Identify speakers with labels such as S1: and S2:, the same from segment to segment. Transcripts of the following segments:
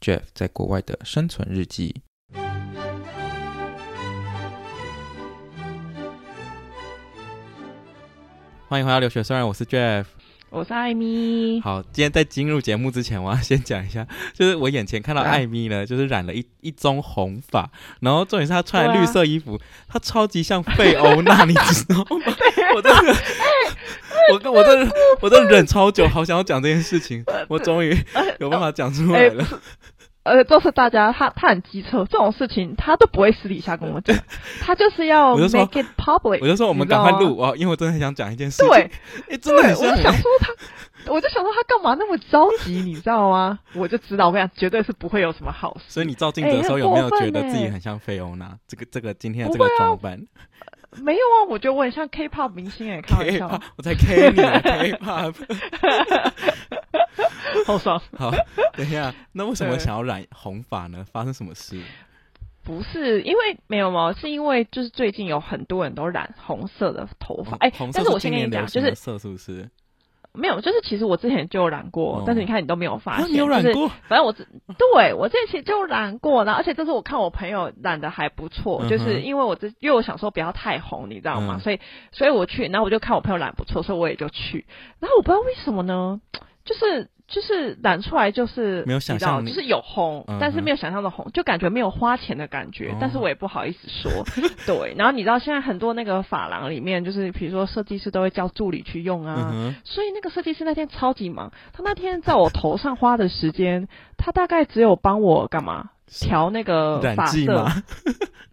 S1: Jeff 在国外的生存日记。欢迎回到留学，虽然我是 Jeff。
S2: 我是艾米。
S1: 好，今天在进入节目之前，我要先讲一下， 就是我眼前看到
S2: 啊
S1: 艾米呢，就是染了一一棕红发，然后重点是她穿了
S2: 对啊
S1: 绿色衣服，她超级像费欧娜，你知 道吗？
S2: 啊
S1: 我真的，我跟我真的，我真的忍超久，好想要讲这件事 情，我终于有办法讲出来了。
S2: 呃，都是大家，他他很机车，这种事情他都不会私底下 跟我讲，他就是要
S1: 我就说
S2: make it public
S1: 我就说我们赶快录啊，因为我真的很想讲一件事情。
S2: 对，
S1: 哎，真的很
S2: 对，我就
S1: 像
S2: 想
S1: 欸。
S2: 说他，我就想说他干嘛那么着急，你知道吗？ 我就知道，我跟你讲，绝对是不会有什么好事。
S1: 所以你照镜子的时候
S2: 哎
S1: 有没有
S2: 很过
S1: 觉
S2: 分
S1: 得自己
S2: 欸
S1: 很像费欧娜？这个这个今天的这个
S2: 不会啊
S1: 装扮。
S2: 没有啊，我觉得我很像 K-pop 明星哎、开玩
S1: K-pop，
S2: 笑，
S1: 我在 K 你啊 K-pop。
S2: 好爽。
S1: 好，等一下，那为什么想要染红发呢？发生什么事？
S2: 不是因为没有吗？是因为就是最近有很多人都染红色的头发，
S1: 红
S2: 哎、
S1: 哦红色
S2: 但是我
S1: 今
S2: 先跟
S1: 年
S2: 你
S1: 流
S2: 讲，
S1: 行
S2: 就
S1: 的
S2: 是
S1: 色是不是？
S2: 没有，就是其实我之前就有染过，
S1: 哦
S2: 但是你看你都没有发
S1: 啊，
S2: 现，
S1: 你有染
S2: 就是
S1: 过？
S2: 反正我之对我之前就染过，然后而且这次我看我朋友染的还不错，就
S1: 嗯
S2: 是
S1: 哼
S2: 因为我之因为我想说不要太红，你知道吗？
S1: 嗯
S2: 所以所以我去，然后我就看我朋友染不错，所以我也就去。然后我不知道为什么呢，就是就是染出来就是
S1: 没有想象
S2: 你
S1: 你
S2: 知道就是有红，
S1: 嗯哼
S2: 但是没有想象的红，就感觉没有花钱的感觉，
S1: 哦
S2: 但是我也不好意思 说。对，然后你知道现在很多那个发廊里面，就是比如说设计师都会叫助理去用啊，
S1: 嗯哼，
S2: 所以那个设计师那天超级忙，他那天在我头上花的时间，他大概只有帮我干嘛？调那个
S1: 染
S2: 发
S1: 剂
S2: 色，
S1: 吗？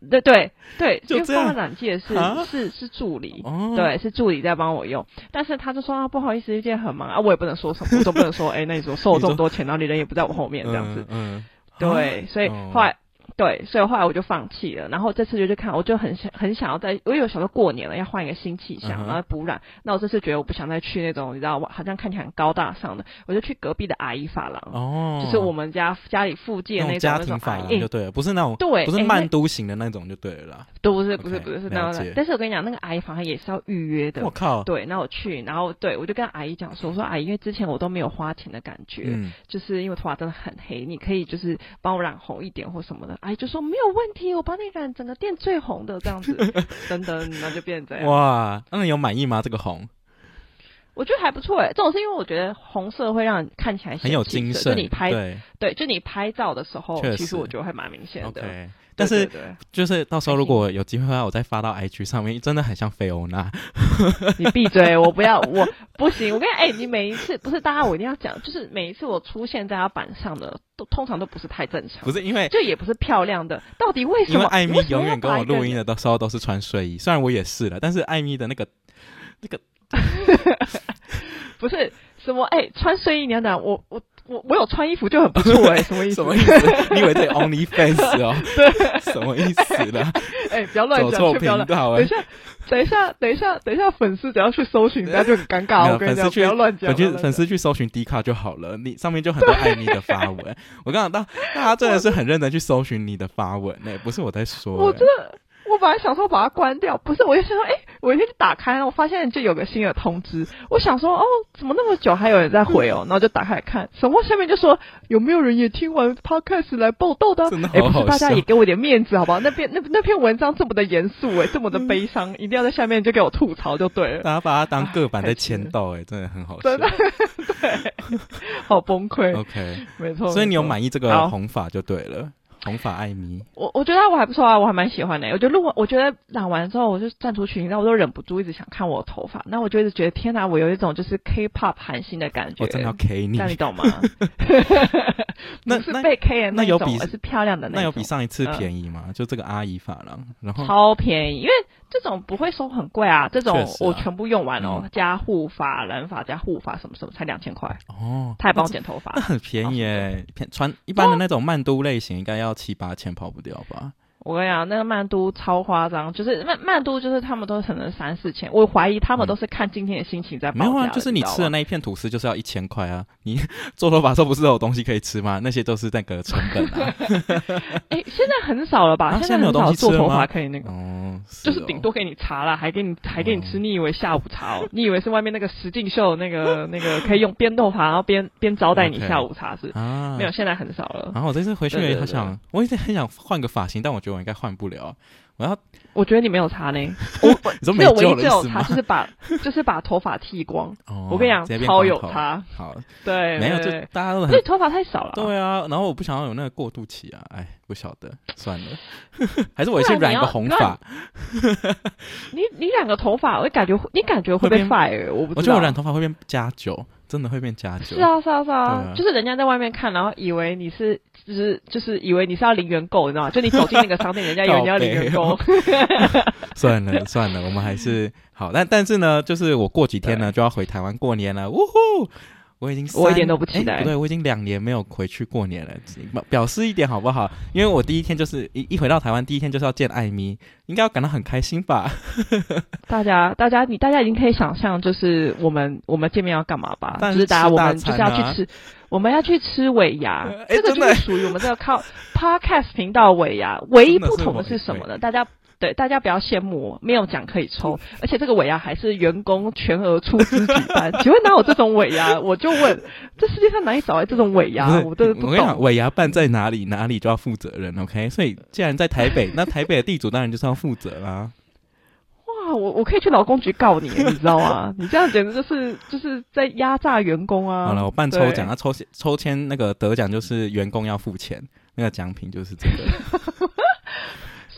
S2: 对对对，
S1: 就
S2: 因为
S1: 这样
S2: 帮我染剂的是
S1: 啊
S2: 是是助理，
S1: 哦，
S2: 对，是助理在帮我用，但是他就说啊，不好意思，最近很忙啊，我也不能说什么，我都不能说，哎、那你说收我这么多钱，然后你人也不在我后面
S1: 嗯，
S2: 这样子，
S1: 嗯，
S2: 对，所以
S1: 哦
S2: 后来。对，所以后来我就放弃了。然后这次就去看，我就很想很想要在，我有想到过年了要换一个新气象
S1: 嗯哼
S2: 然后补染。那我这次觉得我不想再去那种你知道，好像看起来很高大上的，我就去隔壁的阿姨发廊，
S1: 哦，
S2: 嗯就是我们家家里附近
S1: 那
S2: 的
S1: 种家
S2: 那那
S1: 庭
S2: 种
S1: 法
S2: 阿
S1: 郎
S2: 姨，
S1: 就
S2: 哎
S1: 对了，不是那种
S2: 对，
S1: 不是
S2: 哎
S1: 慢
S2: 那
S1: 都型的那种就对了啦。
S2: 都不是不是不是
S1: OK，
S2: 是那
S1: 了
S2: 种
S1: 解，
S2: 但是我跟你讲，那个阿姨好像也是要预约的
S1: 我。靠，
S2: 对，那我去，然后对我就跟阿姨讲说，我说阿姨，因为之前我都没有花钱的感觉，
S1: 嗯，
S2: 就是因为我头发真的很黑，你可以就是帮我染红一点或什么的。阿姨就说没有问题，我帮你染整个店最红的这 样子，等等，那就变成这样。
S1: 哇，那你有满意吗？这个红
S2: 我觉得还不错哎，这种是因为我觉得红色会让你看起来
S1: 很有
S2: 显
S1: 精
S2: 气色
S1: 神，
S2: 就你拍
S1: 对
S2: 对，就你拍照的时候
S1: 确，实
S2: 其实我觉得会蛮明显的。
S1: ，OK。
S2: 对
S1: 但是
S2: 对对
S1: 就是到时候如果有机会的话，我再发到 IG 上面，真的很像菲欧娜。
S2: 你闭嘴！我不要，我不行。我跟你 哎、你每一次不是大家，我一定要讲，就是每一次我出现在他板上的，都通常都不是太正常，
S1: 不是因为
S2: 就也不是漂亮的。到底 为什
S1: 因
S2: 么？
S1: 为艾米
S2: 你什么
S1: 永
S2: 要
S1: 远跟
S2: 把
S1: 我
S2: 一个
S1: 录音
S2: 人
S1: 的时候都是穿睡衣，虽然我也是了，但是艾米的 那个那个
S2: 不是什么哎、穿睡衣你要讲我我我我有穿衣服就很不 错哎、什么意思？
S1: 什 么意思？ 你以为这 Only Fans 哦？对，什么意思啦？
S2: 哎、不要乱
S1: 走
S2: 讲，
S1: 错
S2: 先不
S1: 频
S2: 要乱。
S1: 道
S2: 等一
S1: 哎！
S2: 下，等一下，等一下，等一下，粉丝只要去 搜寻，大家就很尴尬。我
S1: 没有粉
S2: 跟你
S1: 丝
S2: 讲，
S1: 去
S2: 不要乱讲。
S1: 粉
S2: 不要
S1: 丝
S2: 乱
S1: 粉
S2: 讲
S1: 丝去搜寻 D 卡就好了，你上面就很多艾米的发文。 我刚刚到大家真的是很认真去搜寻你的发文呢，不是我在说
S2: 我
S1: 欸
S2: 真，的，我本来想说把它关掉，不是，我就想说，哎、我一天打开，我发现就有个新的通知，我想说，哦，怎么那么久还有人在 回哦？然后就打开来看，什么下面就说有没有人也听完 podcast 来报道的啊？
S1: 真的
S2: 哎、
S1: 好
S2: 不
S1: 好
S2: 是，大家
S1: 笑
S2: 也给我点面子好不好？那篇那那篇文章这么的严肃哎、这么的悲伤，一定要在下面就给我吐槽就对 了，
S1: 大家把它当个版在
S2: 太气
S1: 签到哎，真的很好笑
S2: 真。的对，好崩溃，
S1: OK，
S2: 没错。
S1: 所以你有
S2: 没错
S1: 满意这个
S2: 好
S1: 红法就对了。红发艾米，
S2: 我我觉得我还不错啊，我还蛮喜欢的。我觉得录完，我觉得染完之后，我就站出群，那我都忍不住一直想看我的头发。那我就一直觉得，天哪，我有一种就是 K-pop 韩星的感觉。
S1: 我真的要 K 你
S2: 那。你懂吗？
S1: 那
S2: 不 是
S1: 那
S2: 被 K 的
S1: 那有
S2: 种，
S1: 比
S2: 而是漂亮的
S1: 那有
S2: 种。
S1: 比上一次
S2: 嗯
S1: 便宜吗？就这个阿姨发廊，然后
S2: 超便宜，因为这种不会收很贵啊，这
S1: 确
S2: 种
S1: 实啊
S2: 我全部用完了哦，
S1: 嗯
S2: 加护发、染发加护发什么什么，才两千块，
S1: 哦，
S2: 他还帮我
S1: 那这
S2: 剪头发
S1: 那。很便
S2: 啊
S1: 宜诶，便穿一般的那种曼都类型应该要七八千跑不掉吧？
S2: 我跟你讲，那个曼都超夸张，就是曼曼都就是他们都可能三四千，我怀疑他们都是看今天的心情在报
S1: 没
S2: 价的、
S1: 有啊，就是你
S2: 知道
S1: 吃的
S2: 吗
S1: 那一片吐司就是要一千块啊！你 做头发的时候不是有东西可以吃吗？那些都是那个成本 啊。
S2: 哎、现在很少了吧？
S1: 啊
S2: 现
S1: 现在没有
S2: 很
S1: 东
S2: 少
S1: 西吃
S2: 做
S1: 了
S2: 头
S1: 吗
S2: 发可以那个。
S1: 哦，是
S2: 就
S1: 哦
S2: 是顶多给你茶啦，还给你还给你吃，你以为下午茶哦？你以为是外面那个石敬秀那个 那个可以用边豆茶，然后边边招待你
S1: OK
S2: 下午茶是？
S1: 啊，
S2: 没有，。现在很少了。
S1: 然后我这次回去
S2: 对对
S1: 也很
S2: 对
S1: 想，我一直很想换个发型，但我觉得我应该换不了。我要
S2: 我觉得你没有差呢， 我我
S1: 你说
S2: 只
S1: 没
S2: 有
S1: 救
S2: 唯一
S1: 了
S2: 只有
S1: 是
S2: 差
S1: 吗
S2: 就是把就是把头发剃光，
S1: 哦，
S2: 我跟你讲
S1: 直接变
S2: 超
S1: 光
S2: 有
S1: 头
S2: 差，
S1: 好，
S2: 对，
S1: 没有就
S2: 对对
S1: 大家都
S2: 所
S1: 很
S2: 以头发太少了，
S1: 对啊，然后我不想要有那个过渡期啊，哎，不晓得，算了， 还是我先染一个红发。
S2: 你你染个头发，我感觉你感觉会被
S1: 会变
S2: fire，我不
S1: 我
S2: 知
S1: 觉
S2: 道
S1: 得我。染头发会变加九，真的会变加九。
S2: 是啊是啊是
S1: 对
S2: 啊
S1: 啊，
S2: 就是人家在外面看，然后以为你是就是就是以为你是要零元购，你知道吗？就你走进那个商店，人家以为你要零元 购
S1: 靠， 算了算了，我们还是好。但但是呢，就是我过几天呢就要回台湾过年了，呜呼！我已经三
S2: 我一点都不期待
S1: 哎不对，我已经两年没有回去过年了，表示一点好不好？因为我第一天就是一一回到台湾，第一天就是要见艾米，应该要感到很开心吧？
S2: 大家，大家，你大家已经可以想象，就是我们我们见面要干嘛吧？
S1: 但
S2: 就是是大家
S1: 吃
S2: 我
S1: 大
S2: 们就是
S1: 餐
S2: 要
S1: 啊
S2: 去吃，我们要去吃尾牙，
S1: 呃 哎
S2: 这个
S1: 真
S2: 就
S1: 的
S2: 是属于我们这个 靠 podcast 频道尾牙。唯一
S1: 真的
S2: 不
S1: 是
S2: 同的
S1: 尾
S2: 是什么
S1: 尾嗯
S2: 呢？大家对大家不要羡慕我，没有奖可以抽，而且这个尾牙还是员工全额出资举 办。请问哪有这种尾牙？我就问，这世界上哪里找来这种尾牙？
S1: 不
S2: 我真的
S1: 我
S2: 不
S1: 跟你讲，
S2: 懂。
S1: 尾牙办在哪里，哪里就要负责任，OK？所以既然在台北，那台北的地主当然就是要负责啦。
S2: 哇，我我可以去劳工局告你，你知道吗？你这样简直就是就是在压榨员工啊！
S1: 好了，我办抽
S2: 对
S1: 奖，那抽签抽签那个得奖就是员工要付钱，那个奖品就是这个。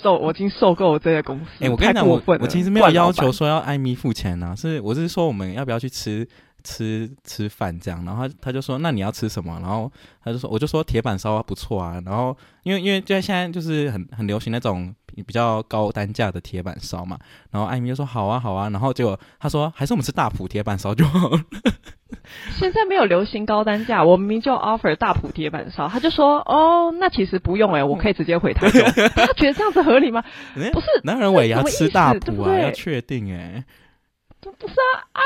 S2: 受，我已经受够了这个公司。
S1: 哎、我跟你
S2: 太
S1: 讲，
S2: 过
S1: 我
S2: 分了
S1: 我其实没有
S2: 怪老
S1: 要
S2: 板
S1: 求说要艾米付钱呐、是我是说我们要不要去吃吃吃饭这样，然后他他就说那你要吃什么，然后他就说我就说铁板烧啊不错啊，然后因为因为就在现在就是很很流行那种比较高单价的铁板烧嘛，然后艾米就说好啊好啊，然后结果他说还是我们吃大埔铁板烧就好了，
S2: 现在没有流行高单价，我明明就 offer 大埔铁板烧，他就说哦，那其实不用哎、我可以直接回台中。
S1: 嗯
S2: 他觉得这样子合理吗？不是，
S1: 哪有人尾牙
S2: 什么意
S1: 吃大
S2: 思对
S1: 埔
S2: 不
S1: 啊？
S2: 对
S1: 要确定哎、
S2: 不是啊，
S1: 啊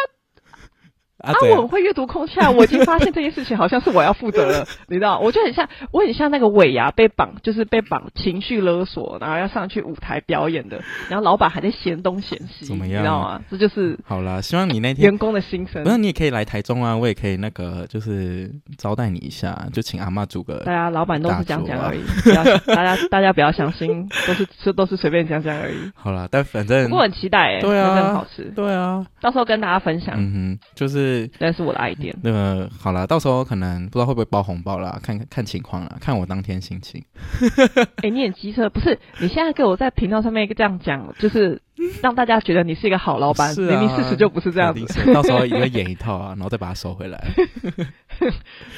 S2: 啊，
S1: 怎
S2: 我很
S1: 样？
S2: 会阅读空气啊，我已经发现这件事情好像是我要负责了，你知道，我就很像，我很像那个尾牙被绑，就是被绑情绪勒索，然后要上去舞台表演的，然后老板还在嫌东嫌西，
S1: 怎么
S2: 你知道
S1: 样
S2: 吗？这就是
S1: 好啦，希望你那天
S2: 员工的心声
S1: 不。是，你也可以来台中啊，我也可以那个，就是招待你一下，就请阿妈煮个
S2: 大。家老板都是讲讲而已，
S1: 啊
S2: 不要大家大家不要相信，都是吃都是随便讲讲而已。
S1: 好啦，但反正
S2: 不过很期待哎、欸，
S1: 嗯对啊
S2: 那真的好吃，
S1: 对啊，
S2: 到时候跟大家分享，
S1: 嗯哼，就是
S2: 那是我的爱店。
S1: 那个好啦，到时候可能不知道会不会包红包啦，看看情况啦，看我当天心情。
S2: 哎、你很机车，不是？你现在给我在频道上面这样讲，就是让大家觉得你是一个好老板，
S1: 是啊
S2: 明明事实就不是这样
S1: 肯
S2: 子。
S1: 定是到时候也会演一套啊，然后再把它收回 来，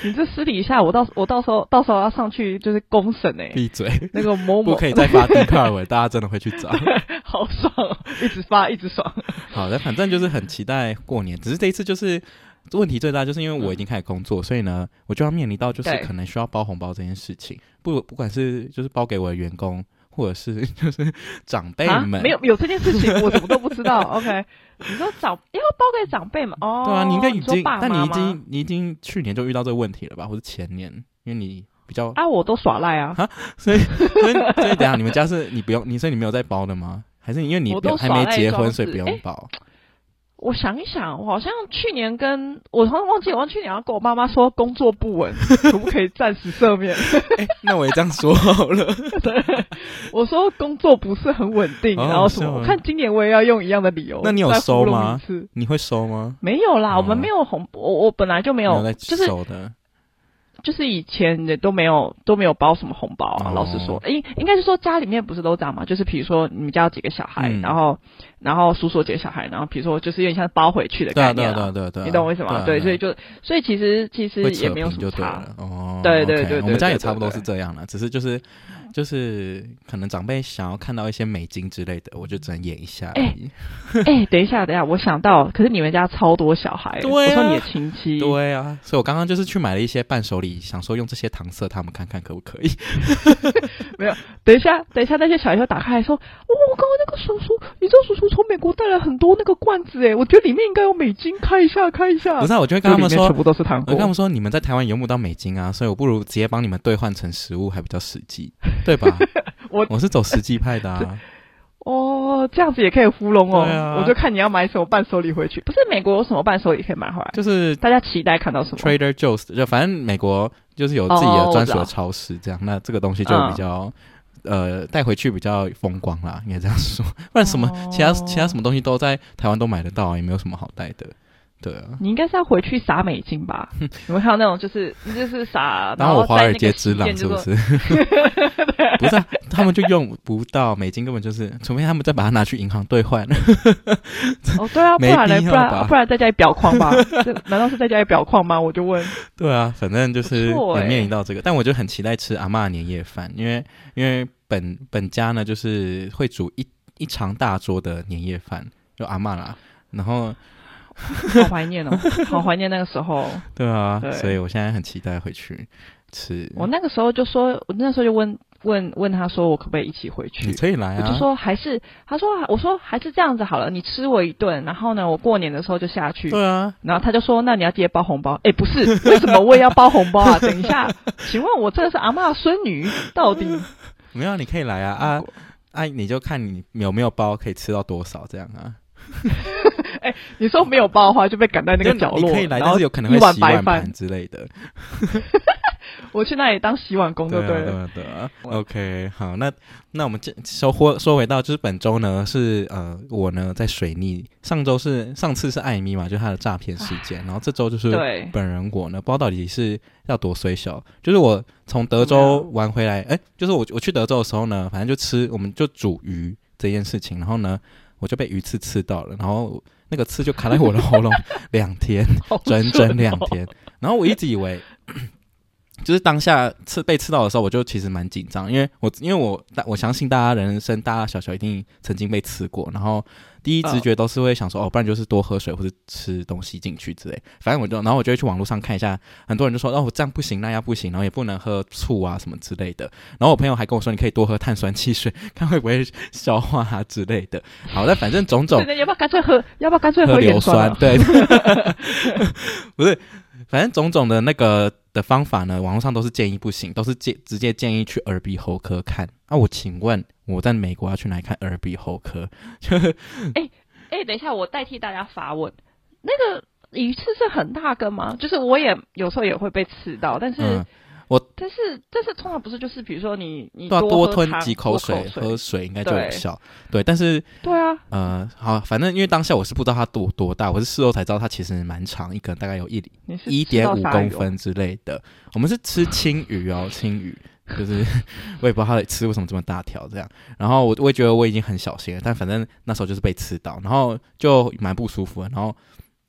S2: 你这私底下，我到我到时候到时候要上去就是公审哎、
S1: 闭嘴，
S2: 那个某某
S1: 不可以再发 d 卡尔，大家真的会去找。
S2: 好爽哦，一直发一直爽。
S1: 好的，反正就是很期待过年，只是这一次就是问题最大，就是因为我已经开始工作，所以呢，我就要面临到就是
S2: 对
S1: 可能需要包红包这件事情，不不管是就是包给我的员工，或者是就是长辈
S2: 啊，
S1: 们，
S2: 没有有这件事情，我怎么都不 知道。OK，你说长要包给长辈嘛？哦，
S1: 对啊，你应该已
S2: 说
S1: 经，
S2: 爸
S1: 但
S2: 妈
S1: 你已
S2: 吗
S1: 经你已经去年就遇到这个问题了吧，或者前年，因为你比较，
S2: 啊，我都耍赖啊，
S1: 所以所以所以等一下你们家是你不用， 你所以你没有在包的吗？还是因为你
S2: 我
S1: 不用
S2: 都
S1: 还
S2: 耍
S1: 没
S2: 赖
S1: 结
S2: 装
S1: 婚，所以
S2: 死
S1: 不用
S2: 哎
S1: 包？
S2: 我想一想，我好像去年跟我好像忘记，我去年要跟我妈妈说工作 不稳，可不可以暂时赦免？
S1: 哎、那我也这样说好了。
S2: 我说工作不是很稳定，
S1: 哦
S2: 然后
S1: 是
S2: 什么？
S1: 吗
S2: 我看今年我也要用一样的理由。
S1: 那你有
S2: 再糊
S1: 收
S2: 弄
S1: 吗
S2: 一次
S1: 你会收吗？
S2: 没有啦，
S1: 哦
S2: 我们没有红，我我本来就没有，
S1: 在
S2: 就是
S1: 收的。
S2: 就是以前也都没有都没有包什么红包啊，
S1: 哦
S2: 老实说，应应该是说家里面不是都这样嘛，就是比如说你们家有几个小孩，
S1: 嗯
S2: 然后然后叔叔有几个小孩，然后比如说就是有点像包回去的
S1: 对啊
S2: 概
S1: 对
S2: 念
S1: 啊对
S2: 啦
S1: 啊对啊对啊，
S2: 你懂我意思吗？
S1: 啊
S2: 对，
S1: 啊
S2: 所以就所以其实其实
S1: 会
S2: 也
S1: 扯
S2: 没有什
S1: 平
S2: 么
S1: 就对
S2: 差。
S1: 了。哦，
S2: 对对
S1: OK，
S2: 对对
S1: 我们家
S2: 对
S1: 也
S2: 对
S1: 差不多
S2: 对
S1: 是这样了，只是就是就是可能长辈想要看到一些美金之类的，我就只能演一下而已。
S2: 哎、等一下，等一下，我想到，可是你们家超多小孩，
S1: 对
S2: 我说
S1: 啊
S2: 你的亲戚，
S1: 对啊，所以我刚刚就是去买了一些伴手礼，想说用这些搪塞他们看看可不可以。
S2: 等一下，等一下，那些小孩就打开来说：“哦，刚刚那个叔叔，你知道叔叔从美国带了很多那个罐子哎，我觉得里面应该有美金，开一下，开一下。”
S1: 不是、啊，我就会
S2: 就
S1: 跟他
S2: 哦里
S1: 们
S2: 面
S1: 说
S2: 全，部都是糖
S1: 我跟他
S2: 果？
S1: 们。说，你们在台湾用不到美金啊，所以我不如直接帮你们兑换成食物，还比较实际，对吧
S2: 我
S1: 我是走实际派的啊，
S2: 哦，这样子也可以糊弄哦。
S1: 对啊
S2: 我就看你要买什么伴手礼回去。不是美国有什么伴手礼可以买回来？
S1: 就是
S2: 大家期待看到什么？
S1: Trader Joe's，就反正美国就是有自己的专属
S2: 哦我
S1: 的
S2: 知道
S1: 超市，这样、那这个东西就
S2: 嗯
S1: 比较。呃，带回去比较风光啦，应该这样说。 不然什么、
S2: 哦
S1: 其他其他什么东西都在台湾都买得到啊，也没有什么好带的。对啊，
S2: 你应该是要回去撒美金吧？你会看到那种就是就是 撒，
S1: 当
S2: 啊后
S1: 我华
S2: 在
S1: 尔
S2: 那个
S1: 街
S2: 旗
S1: 之狼
S2: 舰
S1: 是
S2: 就
S1: 不
S2: 说
S1: 是？ 不是、啊，他们就用不到美金，根本就是，除非他们再把它拿去银行兑换。
S2: 哦，对啊，不
S1: 没
S2: 然呢？
S1: 必要
S2: 不然
S1: 吧
S2: 不然在家里裱 框吧？这难道是在家里裱框吗？我就问。
S1: 对啊，反正就是
S2: 不错
S1: 有
S2: 欸
S1: 面临到这个，但我就很期待吃阿嬷的年夜饭，因为因为本本家呢就是会煮一一长大桌的年夜饭，就阿嬷啦。然后
S2: 好怀念 哦，好怀念那个时候。
S1: 对啊，
S2: 对
S1: 所以我现在很期待回去吃。
S2: 我那个时候就说，我那时候就问问问他说，我可不可以一起回去
S1: 你？可以来
S2: 我就
S1: 啊，
S2: 说还是，他说我说还是这样子好了，你吃我一顿，然后呢，我过年的时候就下去。
S1: 对啊，
S2: 然后他就说，那你要记得包红包。哎，不是，为什么我也要包红 包啊？等一下，请问我这是阿嬷的孙女，到底
S1: 没有啊你可以来 啊啊啊！你就看你有没有包可以吃到多少这样啊。
S2: 你说没有包的话就被赶在那个
S1: 就
S2: 角落，
S1: 你可以来，
S2: 然
S1: 但
S2: 后
S1: 是有可能
S2: 一
S1: 会
S2: 碗
S1: 洗
S2: 白
S1: 碗
S2: 饭
S1: 盘，之类的。
S2: 我去那里当洗碗工就
S1: 啊，
S2: 了。
S1: 对啊，对啊。OK，好，那那我们这收获说回到就是本周呢是呃我呢在水逆，上周是上次是艾米嘛，就是她的诈骗事件，然后这周就是
S2: 对
S1: 本人我呢，不知道到底是要多衰小。就是我从德州玩回来，哎、就是我我去德州的时候呢，反正就吃，我们就煮鱼这件事情，然后呢我就被鱼刺刺到了，然后那个刺就卡在我的喉咙两天。
S2: 好蠢
S1: 整整两
S2: 哦
S1: 天。然后我一直以为，就是当下刺被刺到的时候，我就其实蛮紧张，因为我因为我大我相信大家人生大大小小一定曾经被刺过，然后第一
S2: 嗯
S1: 直觉都是会想说，哦，不然就是多喝水或者吃东西进去之类。反正我就，然后我就会去网络上看一下，很多人就说，哦，我这样不行，那样不行，然后也不能喝醋啊什么之类的。然后我朋友还跟我说，你可以多喝碳酸汽水， 看会不会消化啊之类的。好，那反正种种
S2: 对，对，要不要干脆喝？要不要干脆
S1: 喝
S2: 盐
S1: 硫
S2: 酸
S1: 酸
S2: 啊？，
S1: 对，不是，反正种种的那个的方法呢，网络上都是建议不行，都是建直接建议去耳鼻喉科看。啊，我请问我在美国要去哪里看耳鼻喉科？
S2: 哎、等一下，我代替大家发问，那个鱼刺是很大根吗？就是我也有时候也会被刺到，但是、
S1: 嗯，
S2: 但是但是通常不是就是比如说你你
S1: 对啊，
S2: 多
S1: 多
S2: 喝
S1: 吞
S2: 汤
S1: 几
S2: 口
S1: 口水，喝水应该就
S2: 对
S1: 有效。对，但是
S2: 对啊，
S1: 呃，好，反正因为当下我是不知道它多多大，我是事后才知道它其实蛮长，一个大概有一厘
S2: 你是
S1: 一
S2: 吃
S1: 点
S2: 到
S1: 五
S2: 鲨鱼
S1: 公
S2: 哦，
S1: 分之类的。我们是吃青鱼 哦，青鱼就是 我也不知道它的刺为什么这么大条这样。然后我我也觉得我已经很小心了，但反正那时候就是被刺到，然后就蛮不舒服的。然后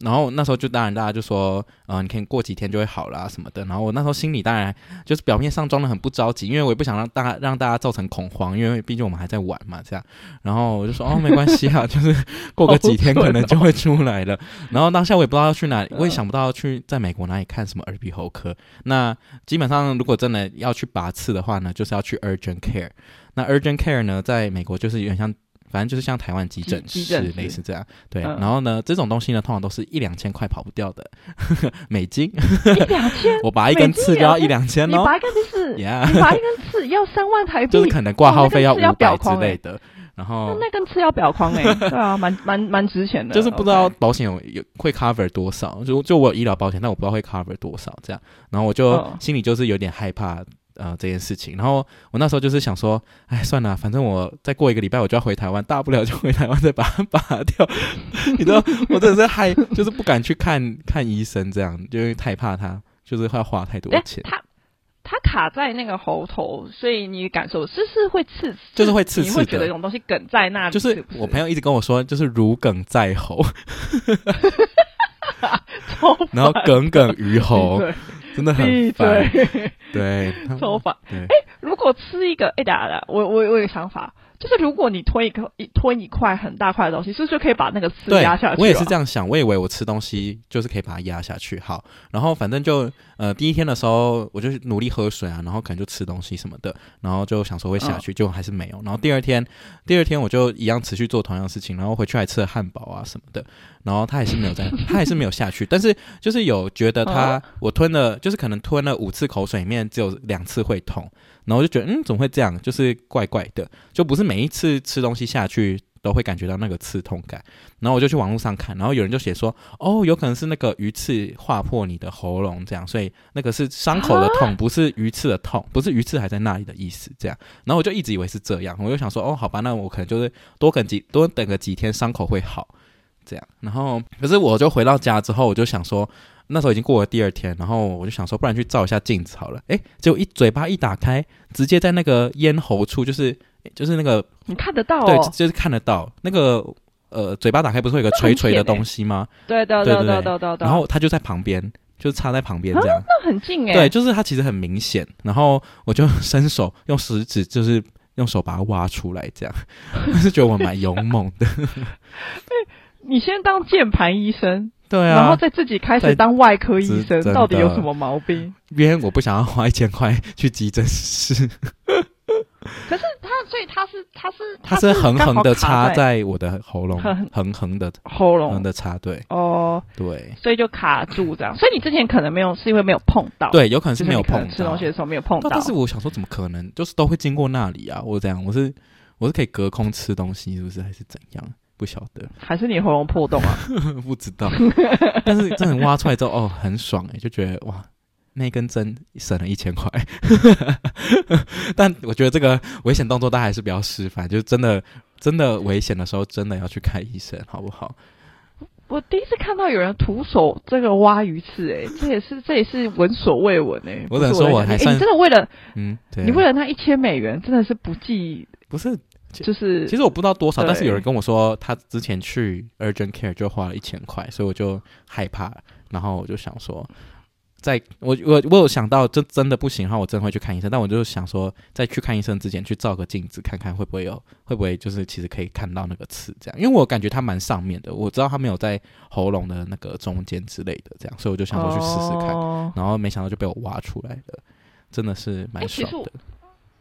S1: 然后那时候就当然大家就说，嗯、你可以过几天就会好啦、什么的。然后我那时候心里当然就是表面上装的很不着急，因为我也不想让大家让大家造成恐慌，因为毕竟我们还在玩嘛这样。然后我就说哦没关系啊，就是过个几天可
S2: 哦
S1: 能就会出来了。然后当下我也不知道要去哪
S2: 嗯
S1: 里，我也想不到要去在美国哪里看什么耳鼻喉科。那基本上如果真的要去拔刺的话呢，就是要去 urgent care。那 urgent care 呢，在美国就是有点像，反正就是像台湾急诊
S2: 急急
S1: 室
S2: 诊室
S1: 类似这样。对，
S2: 嗯
S1: 然后呢，这种东西呢，通常都是一两千块跑不掉的 美金。
S2: 一两千，
S1: 我拔一根刺就要一
S2: 美
S1: 两千
S2: 你
S1: 哦
S2: 拔一根就是。
S1: ，Yeah，
S2: 你拔一根刺要三万台币，
S1: 就是可能挂号费要
S2: 哦那
S1: 五
S2: 根刺要
S1: 百
S2: 裱框
S1: 之
S2: 欸
S1: 类的。然后
S2: 那那根刺要裱框哎、 对啊，蛮蛮蛮值钱的，
S1: 就是不知道
S2: OK
S1: 保险有有会 cover 多少，就就我有医疗保险，但我不知道会 cover 多少这样，然后我就
S2: 嗯
S1: 心里就是有点害怕。呃，这件事情，然后我那时候就是想说，哎，算了，反正我再过一个礼拜我就要回台湾，大不了就回台湾再把它 拔掉。
S2: 嗯
S1: 你知道，我真的是害，就是不敢去看看医生，这样，因为太怕它，就就是要花太多
S2: 哎，
S1: 钱，
S2: 它它卡在那个喉头，所以你感受是是会刺刺，
S1: 就是会刺刺的
S2: 你会觉得有种东西梗在那里，
S1: 就是
S2: 是不
S1: 我朋友一直跟我说，就是如鲠在喉，
S2: 超烦
S1: 然后耿耿 于喉，
S2: 对
S1: 真的很
S2: 闭
S1: 烦。
S2: 嘴，
S1: 对，他
S2: 超烦。
S1: 对，
S2: 如果吃一个，哎、等一下等一下我我我有个想法，就是如果你推一个一推一块很大块的东西，是不是就可以把那个刺
S1: 对
S2: 压下去、啊？
S1: 我也是这样想，我以为我吃东西就是可以把它压下去。好，然后反正就呃第一天的时候，我就是努力喝水啊，然后可能就吃东西什么的，然后就想说会
S2: 嗯
S1: 下去，就还是没有。然后第二天，第二天我就一样持续做同样的事情，然后回去还吃了汉堡啊什么的，然后它还是没有在，它还是没有下去。但是就是有觉得
S2: 嗯
S1: 它，我吞了，就是可能吞了五次口水，里面只有两次会痛，然后我就觉得嗯怎么会这样，就是怪怪的，就不是每一次吃东西下去。都会感觉到那个刺痛感，然后我就去网络上看，然后有人就写说，哦，有可能是那个鱼刺划破你的喉咙这样，所以那个是伤口的痛，不是鱼刺的痛，不是鱼刺还在那里的意思这样。然后我就一直以为是这样，我就想说，哦，好吧，那我可能就是多等几多等个几天，伤口会好这样。然后可是我就回到家之后，我就想说。那时候已经过了第二天，然后我就想说，不然去照一下镜子好了。诶，结果一嘴巴一打开，直接在那个咽喉处，就是就是那个
S2: 你看得到
S1: 对，
S2: 哦，
S1: 就是看得到那个呃，嘴巴打开不是会有个垂垂的东西吗？
S2: 对对
S1: 对
S2: 对
S1: 对
S2: 对对对，
S1: 然后它就在旁边，就是插在旁边这样。
S2: 那很近哎、
S1: 对，就是它其实很明显。然后我就 伸手用食指，就是用手把它挖出来，这样。 我是觉得我蛮勇猛的。
S2: 你先当键盘医生，
S1: 对
S2: 然后
S1: 啊，
S2: 再自己开
S1: 再
S2: 始当外科医
S1: 真
S2: 生，
S1: 真
S2: 到底有
S1: 的
S2: 什么毛病？
S1: 因为我不想要花一千块去急诊室，
S2: 可是他，所以他是他是
S1: 它是横横的
S2: 刚好
S1: 插
S2: 卡
S1: 在我的喉咙
S2: 很，
S1: 横横的
S2: 喉
S1: 横
S2: 咙
S1: 的插，对
S2: 哦，
S1: 对
S2: 所以就卡住这样。所以你之前可能没有，是因为没有碰到，，
S1: 对，有可能
S2: 就是是
S1: 没有
S2: 你可
S1: 碰
S2: 能吃
S1: 到
S2: 东西。的时候没有碰到。
S1: 啊但但是我想说，怎么可能？就是都会经过那里啊！我这样，我是我是可以隔空吃东西，是不是？还是怎样？不晓得，
S2: 还是你喉咙破洞啊？
S1: 不知 道。但是真的挖出来之后，哦，很爽哎、就觉得哇，那根针省了一千块。 但我觉得这个危险动作大家还是不要示范，就是真的真的危险的时候，真的要去看医生，好不好？
S2: 我第一次看到有人徒手这个挖鱼刺、欸，哎，这也是这也是闻所未闻哎、
S1: 我
S2: 不
S1: 只能
S2: 是
S1: 说我
S2: 在
S1: 还
S2: 想
S1: 算
S2: 欸你真的为了
S1: 嗯，对啊。
S2: 你为了那一千美元，真的是不计
S1: 不是？
S2: 就是
S1: 其实我不知道多少，
S2: 对
S1: 但是有人跟我说，他之前去 Urgent Care 就花了一千块，所以我就害怕，然后我就想说，在我我我有想到，这真的不行的话，我真的会去看医生。但我就想说，在去看医生之前，去照个镜子，看看会不会有，会不会就是其实可以看到那个刺这样，因为我感觉它蛮上面的，我知道它没有在喉咙的那个中间之类的这样，所以我就想说去试试看，
S2: 哦
S1: 然后没想到就被我挖出来了，真的是蛮
S2: 哎其实
S1: 爽
S2: 我
S1: 的。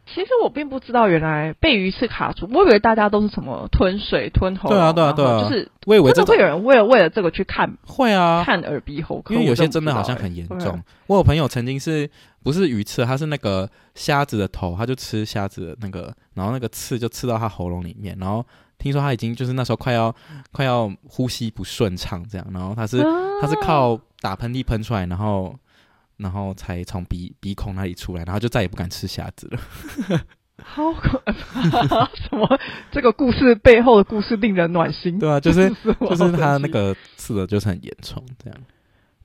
S2: 其实我并不知道原来被鱼刺卡住，我以为大家都是什么吞水、吞喉，
S1: 对啊对啊对啊
S2: 然后就是
S1: 我以为这
S2: 真的
S1: 种
S2: 会有人为了为了这个去看
S1: 会啊，
S2: 看耳鼻喉科，
S1: 因为有些
S2: 我
S1: 真的
S2: 不
S1: 好
S2: 知道
S1: 像
S2: 欸
S1: 很严
S2: 对
S1: 重。我有朋友曾经是不是鱼刺，他是那个虾子的头，他就吃虾子的那个，然后那个刺就刺到他喉咙里面，然后听说他已经就是那时候快要快要呼吸不顺畅这样，然后他是、
S2: 啊
S1: 他是靠打喷嚏喷出来，然后然后才从鼻鼻孔那里出来，然后就再也不敢吃虾子了。
S2: 好可怕！ 什么？这个故事背后的故事令人暖心。
S1: 对啊， 就是
S2: 是我
S1: 就是他
S2: 好生
S1: 那
S2: 气
S1: 个刺的就是很严重这样。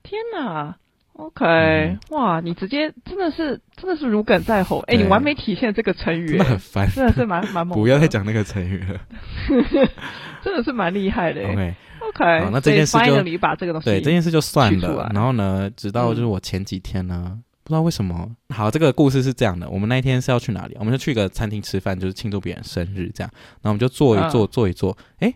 S2: 天哪！OK，、
S1: 嗯
S2: 哇，你直接真的是真的是如鲠在喉，哎、
S1: 对
S2: 你完美体现这个成语、
S1: 真的很
S2: 哎
S1: 烦，
S2: 真的是蛮蛮 猛，
S1: 不要再，讲那个成语了。
S2: 真的是蛮厉害的、哎
S1: OK，
S2: OK，
S1: 好那这件事就
S2: 你把这个东西
S1: 对这件事就算
S2: 取出
S1: 了
S2: 来。嗯
S1: 然后呢，直到就是我前几天呢，不知道为什么，好，这个故事是这样的：我们那一天是要去哪里？我们就去一个餐厅吃饭，就是庆祝别人生日这样。然后我们就坐一
S2: 嗯
S1: 坐，坐一坐，诶，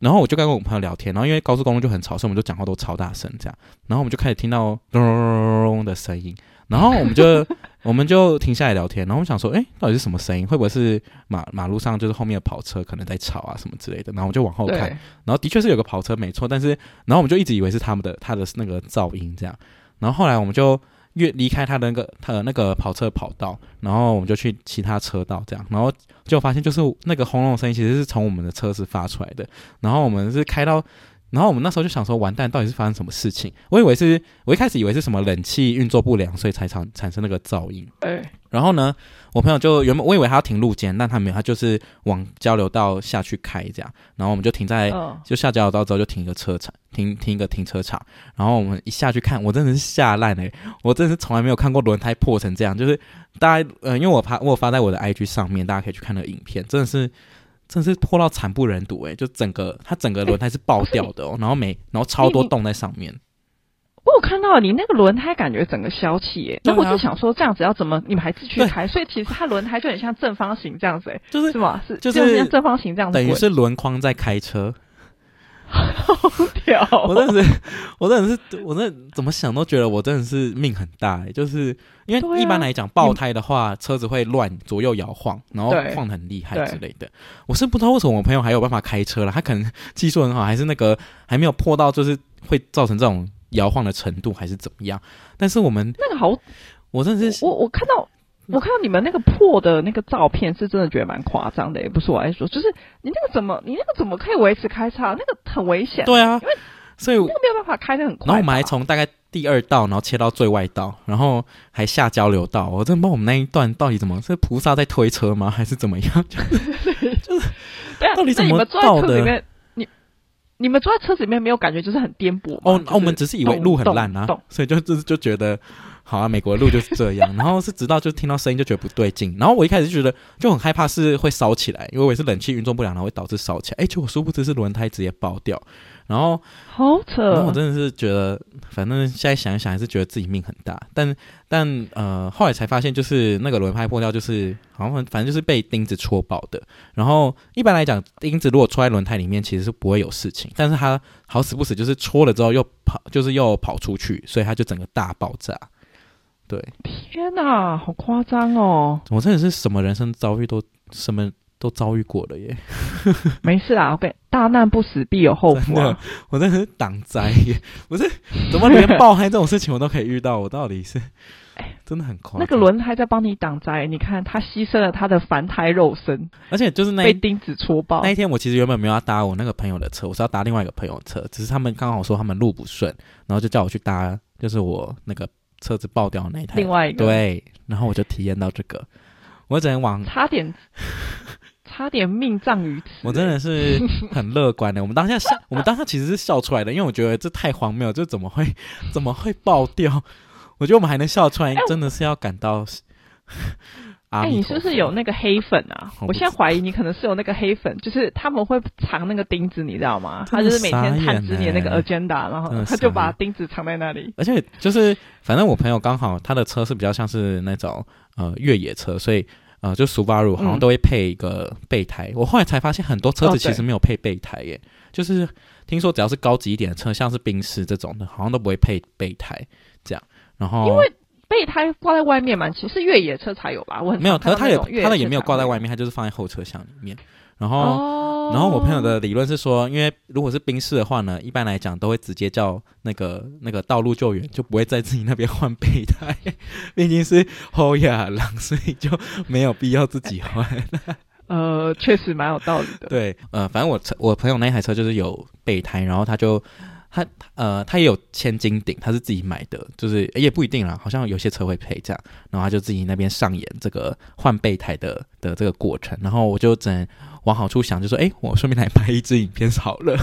S1: 然后我就跟我朋友聊天，然后因为高速公路就很吵，所以我们就讲话都超大声这样。然后我们就开始听到咚咚咚咚咚的声音，然后我们 就我们就停下来聊天，然后我们想说，诶，到底是什么声音？会不会是马马路上就是后面的跑车可能在吵啊什么之类的？然后我们就往后看，
S2: 对
S1: 然后的确是有个跑车没错，但是然后我们就一直以为是他们的他的那个噪音这样，然后后来我们就越离开他的那个他的那个跑车跑道，然后我们就去其他车道这样，然后就发现就是那个轰隆的声音其实是从我们的车子发出来的，然后我们是开到然后我们那时候就想说，完蛋，到底是发生什么事情？我以为是，我一开始以为是什么冷气运作不良，所以才产产生那个噪音。
S2: 哎，
S1: 然后呢，我朋友就原本我以为他要停路肩，但他没有，他就是往交流道下去开这样。然后我们就停在
S2: 嗯，
S1: 就下交流道之后就停一个车场，停停一个停车场，然后我们一下去看，我真的是吓烂了，我真的是从来没有看过轮胎破成这样，就是大家呃，因为我发我有发在我的 IG 上面，大家可以去看那个影片，真的是真的是破到惨不忍睹诶，欸就整个它整个轮胎是爆掉的哦，然后每然后超多洞在上面，
S2: 我有看到你那个轮胎，感觉整个消气耶。
S1: 对
S2: 那
S1: 啊
S2: 我就想说，这样子要怎么你们还继续
S1: 对
S2: 开？所以其实它轮胎就很像正方形这样子耶，
S1: 就是
S2: 是吗？是
S1: 就是
S2: 像正方形这样子
S1: 等于
S2: 滚
S1: 是轮框在开车，
S2: 掉。
S1: 我真的是，我真的是，我真的怎么想都觉得我真的是命很大、欸，就是因
S2: 对
S1: 为
S2: 啊
S1: 一般来讲爆胎的话，车子会乱左右摇晃，然后
S2: 对
S1: 晃得很厉害
S2: 对
S1: 之类的。我是不知道为什么我朋友还有办法开车了，他可能技术很好，还是那个还没有破到就是会造成这种摇晃的程度，还是怎么样？但是我们，
S2: 那个好，
S1: 我真的是，
S2: 我我看到。我看到你们那个破的那个照片，是真的觉得蛮夸张的，也不是我来说，就是你那个怎么，你那个怎么可以维持开叉？那个很危险，
S1: 对啊，所以
S2: 那个没有办法开的很快吧。
S1: 然后我们还从大概第二道，然后切到最外道，然后还下交流道。我真的不知道我们那一段到底怎么是菩萨在推车吗，还是怎么样？就是
S2: 对啊，
S1: 到底怎
S2: 那你
S1: 么
S2: 们坐在车
S1: 到
S2: 子
S1: 的
S2: 里面，你你们坐在车子里面没有感觉就是很颠簸吗
S1: 哦，
S2: 就是
S1: 我们只是以为路很烂啊
S2: 动动动，
S1: 所以就就就觉得好啊，美国的路就是这样。然后是直到就听到声音就觉得不对劲，然后我一开始就觉得就很害怕是会烧起来，因为我也是冷气运作不良，然后会导致烧起来。哎，结果殊不知是轮胎直接爆掉。然后
S2: 好扯。
S1: 然后哦我真的是觉得，反正现在想一想，还是觉得自己命很大。但但呃，后来才发现，就是那个轮胎破掉，就是好像反正就是被钉子戳爆的。然后一般来讲，钉子如果戳在轮胎里面，其实是不会有事情。但是它好死不死就是戳了之后又跑，就是又跑出去，所以它就整个大爆炸。对
S2: 天哪，好夸张哦！
S1: 我真的是什么人生遭遇都什么都遭遇过了耶！
S2: 没事啦，我跟大难不死必有后
S1: 真
S2: 福
S1: 的
S2: 啊。，
S1: 我真的是挡灾 耶！不是，怎么连爆胎这种事情我都可以遇到？我到底是真的很夸张。
S2: 哎那个，轮胎在帮你挡灾，你看它牺牲了它的凡胎肉身，
S1: 而且就是那
S2: 被
S1: 一
S2: 钉子戳爆
S1: 那。一天，我其实原本没有要搭我那个朋友的车，我是要搭另外一个朋友的车，只是他们刚好说他们路不顺，然后就叫我去搭，就是我那个车子爆掉的那一台。
S2: 另外一个
S1: 对，然后我就体验到这个，我只能往
S2: 差点差点命葬于此。
S1: 我真的是很乐观的。我们当下笑，我们当下其实是笑出来的，因为我觉得这太荒谬了，这怎么会 怎么会爆掉？我觉得我们还能笑出来
S2: 哎，我
S1: 真的是要感到阿
S2: 哎、
S1: 弥
S2: 你
S1: 陀
S2: 是
S1: 佛。
S2: 不是有那个黑粉啊？
S1: 我
S2: 我
S1: 不
S2: 现在
S1: 知
S2: 怀疑你可能是有那个黑粉，就是他们会藏那个钉子，你知道吗？
S1: 真
S2: 他
S1: 的
S2: 就是每天
S1: 傻眼
S2: 探知你的那
S1: 欸
S2: 个 agenda，然
S1: 真
S2: 后
S1: 的
S2: 他就
S1: 傻
S2: 把
S1: 眼
S2: 钉子藏在那里。
S1: 而且就是，反正我朋友刚好他的车是比较像是那种呃越野车，所以呃就 Subaru 好像
S2: 嗯
S1: 都会配一个备胎。我后来才发现很多车子
S2: 哦
S1: 其实
S2: 对
S1: 没有配备胎耶，就是听说只要是高级一点的车，像是宾士这种的，好像都不会配备胎这样。然后
S2: 因为备胎挂在外面嘛，其实越野车才有吧？我很
S1: 没有，可
S2: 常
S1: 是他
S2: 看
S1: 也
S2: 到那种越野
S1: 他
S2: 车
S1: 的也没有挂在
S2: 才
S1: 外面，他就是放在后车厢里面。然后、
S2: 哦。
S1: 然后我朋友的理论是说，因为如果是冰室的话呢，一般来讲都会直接叫那个那个道路救援，就不会在自己那边换备胎，毕竟是后亚郎，所以就没有必要自己换。
S2: 呃，确实蛮有道理的。
S1: 对，呃，反正我车我朋友那台车就是有备胎，然后他就他呃他也有千斤顶，他是自己买的，就是也不一定啦，好像有些车会配这样，然后他就自己那边上演这个换备胎的的这个过程，然后我就只能往好处想，就说哎，我顺便来拍一支影片好了。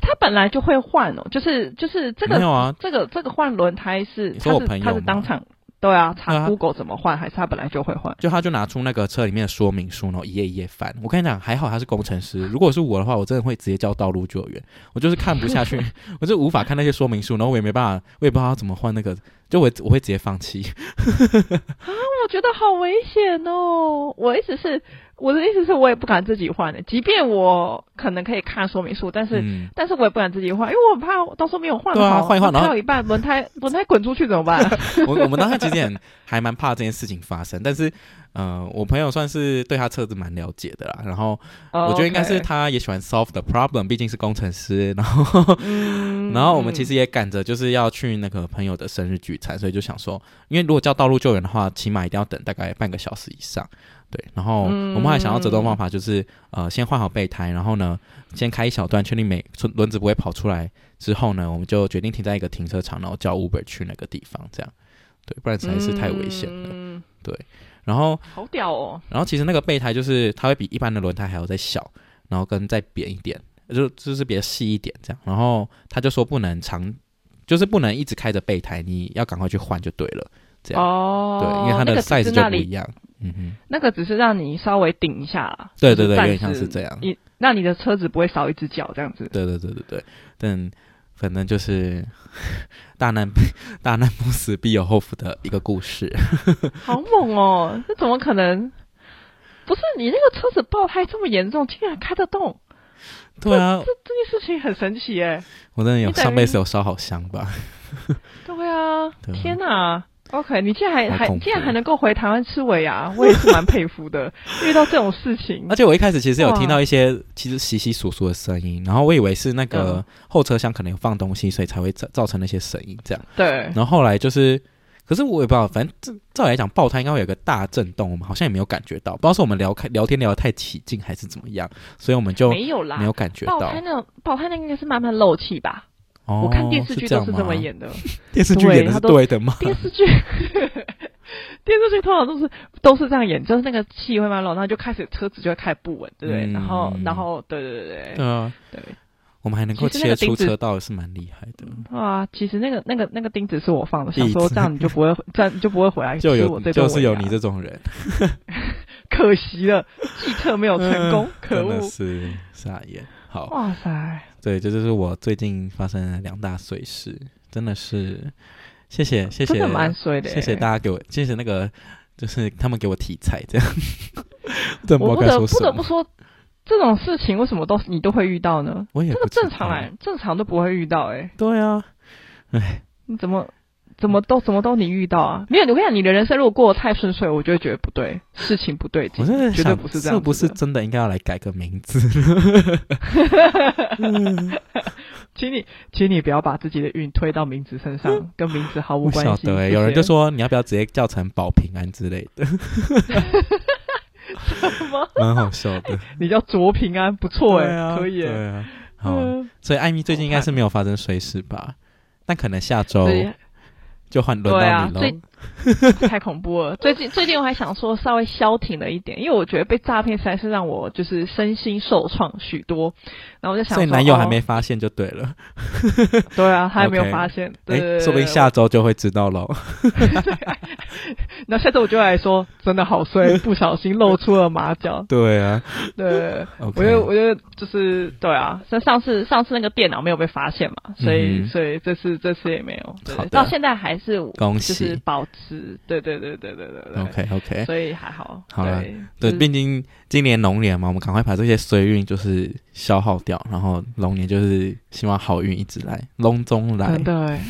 S2: 他本来就会换哦，就是就是这
S1: 没有
S2: 个
S1: 啊，
S2: 这个这个换轮胎是
S1: 你
S2: 他
S1: 说我
S2: 是
S1: 朋友
S2: 他是
S1: 吗
S2: 当场对啊
S1: 对啊
S2: 查 Google 怎么换，还是他本来就会换？
S1: 就他就拿出那个车里面的说明书，然后一页一页翻。我跟你讲，还好他是工程
S2: 啊
S1: 师，如果是我的话，我真的会直接叫道路救援。我就是看不 下去，我就无法看那些说明书，然后我也没办法，我也不知道要怎么换那个，就我我会直接放弃。
S2: 我觉得好危险哦！我意思是，我的意思是我也不敢自己换的，即便我可能可以看说明书，但是、
S1: 嗯，
S2: 但是我也不敢自己换，因为我很怕我到时候没有换
S1: 对啊
S2: 好，
S1: 换一换然后
S2: 换到一半轮胎轮胎滚出去怎么办？
S1: 我我们当时其实也还蛮怕这件事情发生，但是呃，我朋友算是对他车子蛮了解的啦。然后 我觉得应该是
S2: OK
S1: 他也喜欢 solve the problem，毕竟是工程师。然后
S2: 嗯
S1: 然后我们其
S2: 实
S1: 实也赶着就是要去那个朋友的生日聚餐，所以就想说，因为如果叫道路救援的话，起码一定要等大概半个小时以上。对，然后我们还想到折中
S2: 嗯
S1: 方法就是，呃，先换好备胎，然后呢，先开一小段，确定每轮轮子不会跑出来之后呢，我们就决定停在一个停车场，然后叫 Uber 去那个地方，这样，对，不然实在是太危险了。
S2: 嗯
S1: 然后，
S2: 好屌哦！
S1: 然后其实那个备胎就是它会比一般的轮胎还要再小，然后跟再扁一点，就就是比较细一点这样。然后他就说不能长，就是不能一直开着备胎，你要赶快去换就对了。这样
S2: 哦，
S1: 对，因为它
S2: 那
S1: 的
S2: 个只是
S1: size 就
S2: 那
S1: 不一
S2: 里，
S1: 样。嗯哼，
S2: 那个只是让你稍微顶一下啦。
S1: 对对对，
S2: 就
S1: 有
S2: 暂
S1: 点像是
S2: 时
S1: 这样。
S2: 你那你的车子不会少一只脚这样子。
S1: 对对对对对，但反正就是 大难大难不死必有后福的一个故事。
S2: 好猛哦！这怎么可能？不是你那个车子爆胎这么严重，竟然开得动，
S1: 对啊，
S2: 这件事情很神奇哎。
S1: 我真的有
S2: 你等于
S1: 上辈子有烧好香吧？
S2: 对啊，
S1: 对啊
S2: 天哪！OK，你竟然还
S1: 好
S2: 还
S1: 恐怖
S2: 竟然还能够回台湾吃尾牙， 我也是蛮佩服的。遇到这种事情
S1: 而，且我一开始其实有听
S2: 哇
S1: 到一些其实稀稀疏疏的声音，然后我以为是那个
S2: 嗯
S1: 后车厢可能有放东西，所以才会造造成那些声音这样。
S2: 对，
S1: 然后后来就是，可是我也不知道，反正这照理来讲爆胎应该会有个大震动，我们好像也没有感觉到，不知道是我们聊开聊天聊得太起劲还是怎么样，所以我们就
S2: 没有
S1: 没
S2: 啦
S1: 有。感觉
S2: 爆
S1: 到
S2: 胎。那种爆胎那个应该是慢慢漏气吧？
S1: 哦，
S2: 我看电视剧都
S1: 是
S2: 是
S1: 样
S2: 这么
S1: 吗
S2: 演的。
S1: 电视剧
S2: 对
S1: 演的
S2: 他
S1: 是
S2: 都
S1: 对的吗？
S2: 电视剧， 电视剧通常都是都是这样演，就是那个气会慢慢漏，然后就开始车子就会开始不稳，对不对？
S1: 嗯
S2: 然后然后对对对
S1: 对啊，
S2: 对
S1: 我们还能够
S2: 其实
S1: 切
S2: 那个嗯
S1: 出
S2: 钉子
S1: 车道也是蛮厉害的，
S2: 对，哇！其实那个那个那个钉子是我放的，
S1: 钉
S2: 想
S1: 子
S2: 说这样你就不会这样你就不会回来
S1: 就
S2: 吃我
S1: 有
S2: 这顿
S1: 就是有
S2: 尾牙
S1: 你这种人，
S2: 可惜了，计策没有成功，
S1: 嗯
S2: 可
S1: 真
S2: 恶
S1: 的！是傻眼。好，
S2: 哇塞，
S1: 对，这就是我最近发生的两大碎事，真的是谢谢谢谢
S2: 真的蛮衰的耶，
S1: 谢
S2: 欸
S1: 谢大家给我谢谢那个就是他们给我题材这样， 真不
S2: 我不
S1: 知道该说
S2: 得不
S1: 什
S2: 得不
S1: 么，
S2: 说，这种事情为什么都是你都会遇到呢？
S1: 我也
S2: 这
S1: 不
S2: 个
S1: 知
S2: 正常
S1: 道
S2: 来，正常都不会遇到哎、
S1: 对啊，
S2: 你怎么怎么都怎么都你遇到啊？没有，我跟你讲，你的人生如果过得太顺遂，我就会觉得不对，事情不对
S1: 我
S2: 劲，
S1: 真的
S2: 绝对
S1: 想
S2: 不是这
S1: 是
S2: 样子的。
S1: 不是真的应该要来改个名字？
S2: 请你，请你不要把自己的运推到名字身上，跟名字毫无
S1: 嗯不
S2: 关
S1: 晓
S2: 系。
S1: 得、欸，
S2: 谢谢
S1: 有人就 说你要不要直接叫成保平安之类的，蛮好笑 的。
S2: 你叫卓平安，不错哎、
S1: 啊，
S2: 可以哎、
S1: 对啊，好，
S2: 嗯
S1: 所以艾米最近应该是没有发生衰事吧？但可能下周
S2: 对
S1: 就换轮
S2: 对啊
S1: 到，你喽。
S2: 最太恐怖了。最近最近我还想说稍微消停了一点，因为我觉得被诈骗实在是让我就是身心受创许多。然后我就想
S1: 所
S2: 说，
S1: 以男友还
S2: 哦
S1: 没发现就对 了，
S2: 对啊，他还没有
S1: OK
S2: 发现。对
S1: 哎、
S2: 哦对对
S1: 说不定
S2: 对
S1: 下周就会知道喽。
S2: 那下次我就来说，真的好衰， 不小心露出了马脚。
S1: 对啊
S2: 对，我
S1: ，OK，
S2: 觉得我觉得就是对啊，像上次上次那个电脑没有被发现嘛，所以、
S1: 嗯哼
S2: 所以这次这次也没有，对
S1: 好的
S2: 到现在还是
S1: 恭
S2: 就
S1: 喜、
S2: 是保持，对对对对对对对
S1: OK OK，
S2: 所以还好。
S1: 好啦
S2: 对，
S1: 对，
S2: 就是
S1: 毕竟今年龙年嘛，我们赶快把这些衰运就是消耗掉，然后龙年就是希望好运一直来，龙中来
S2: 真。的哎、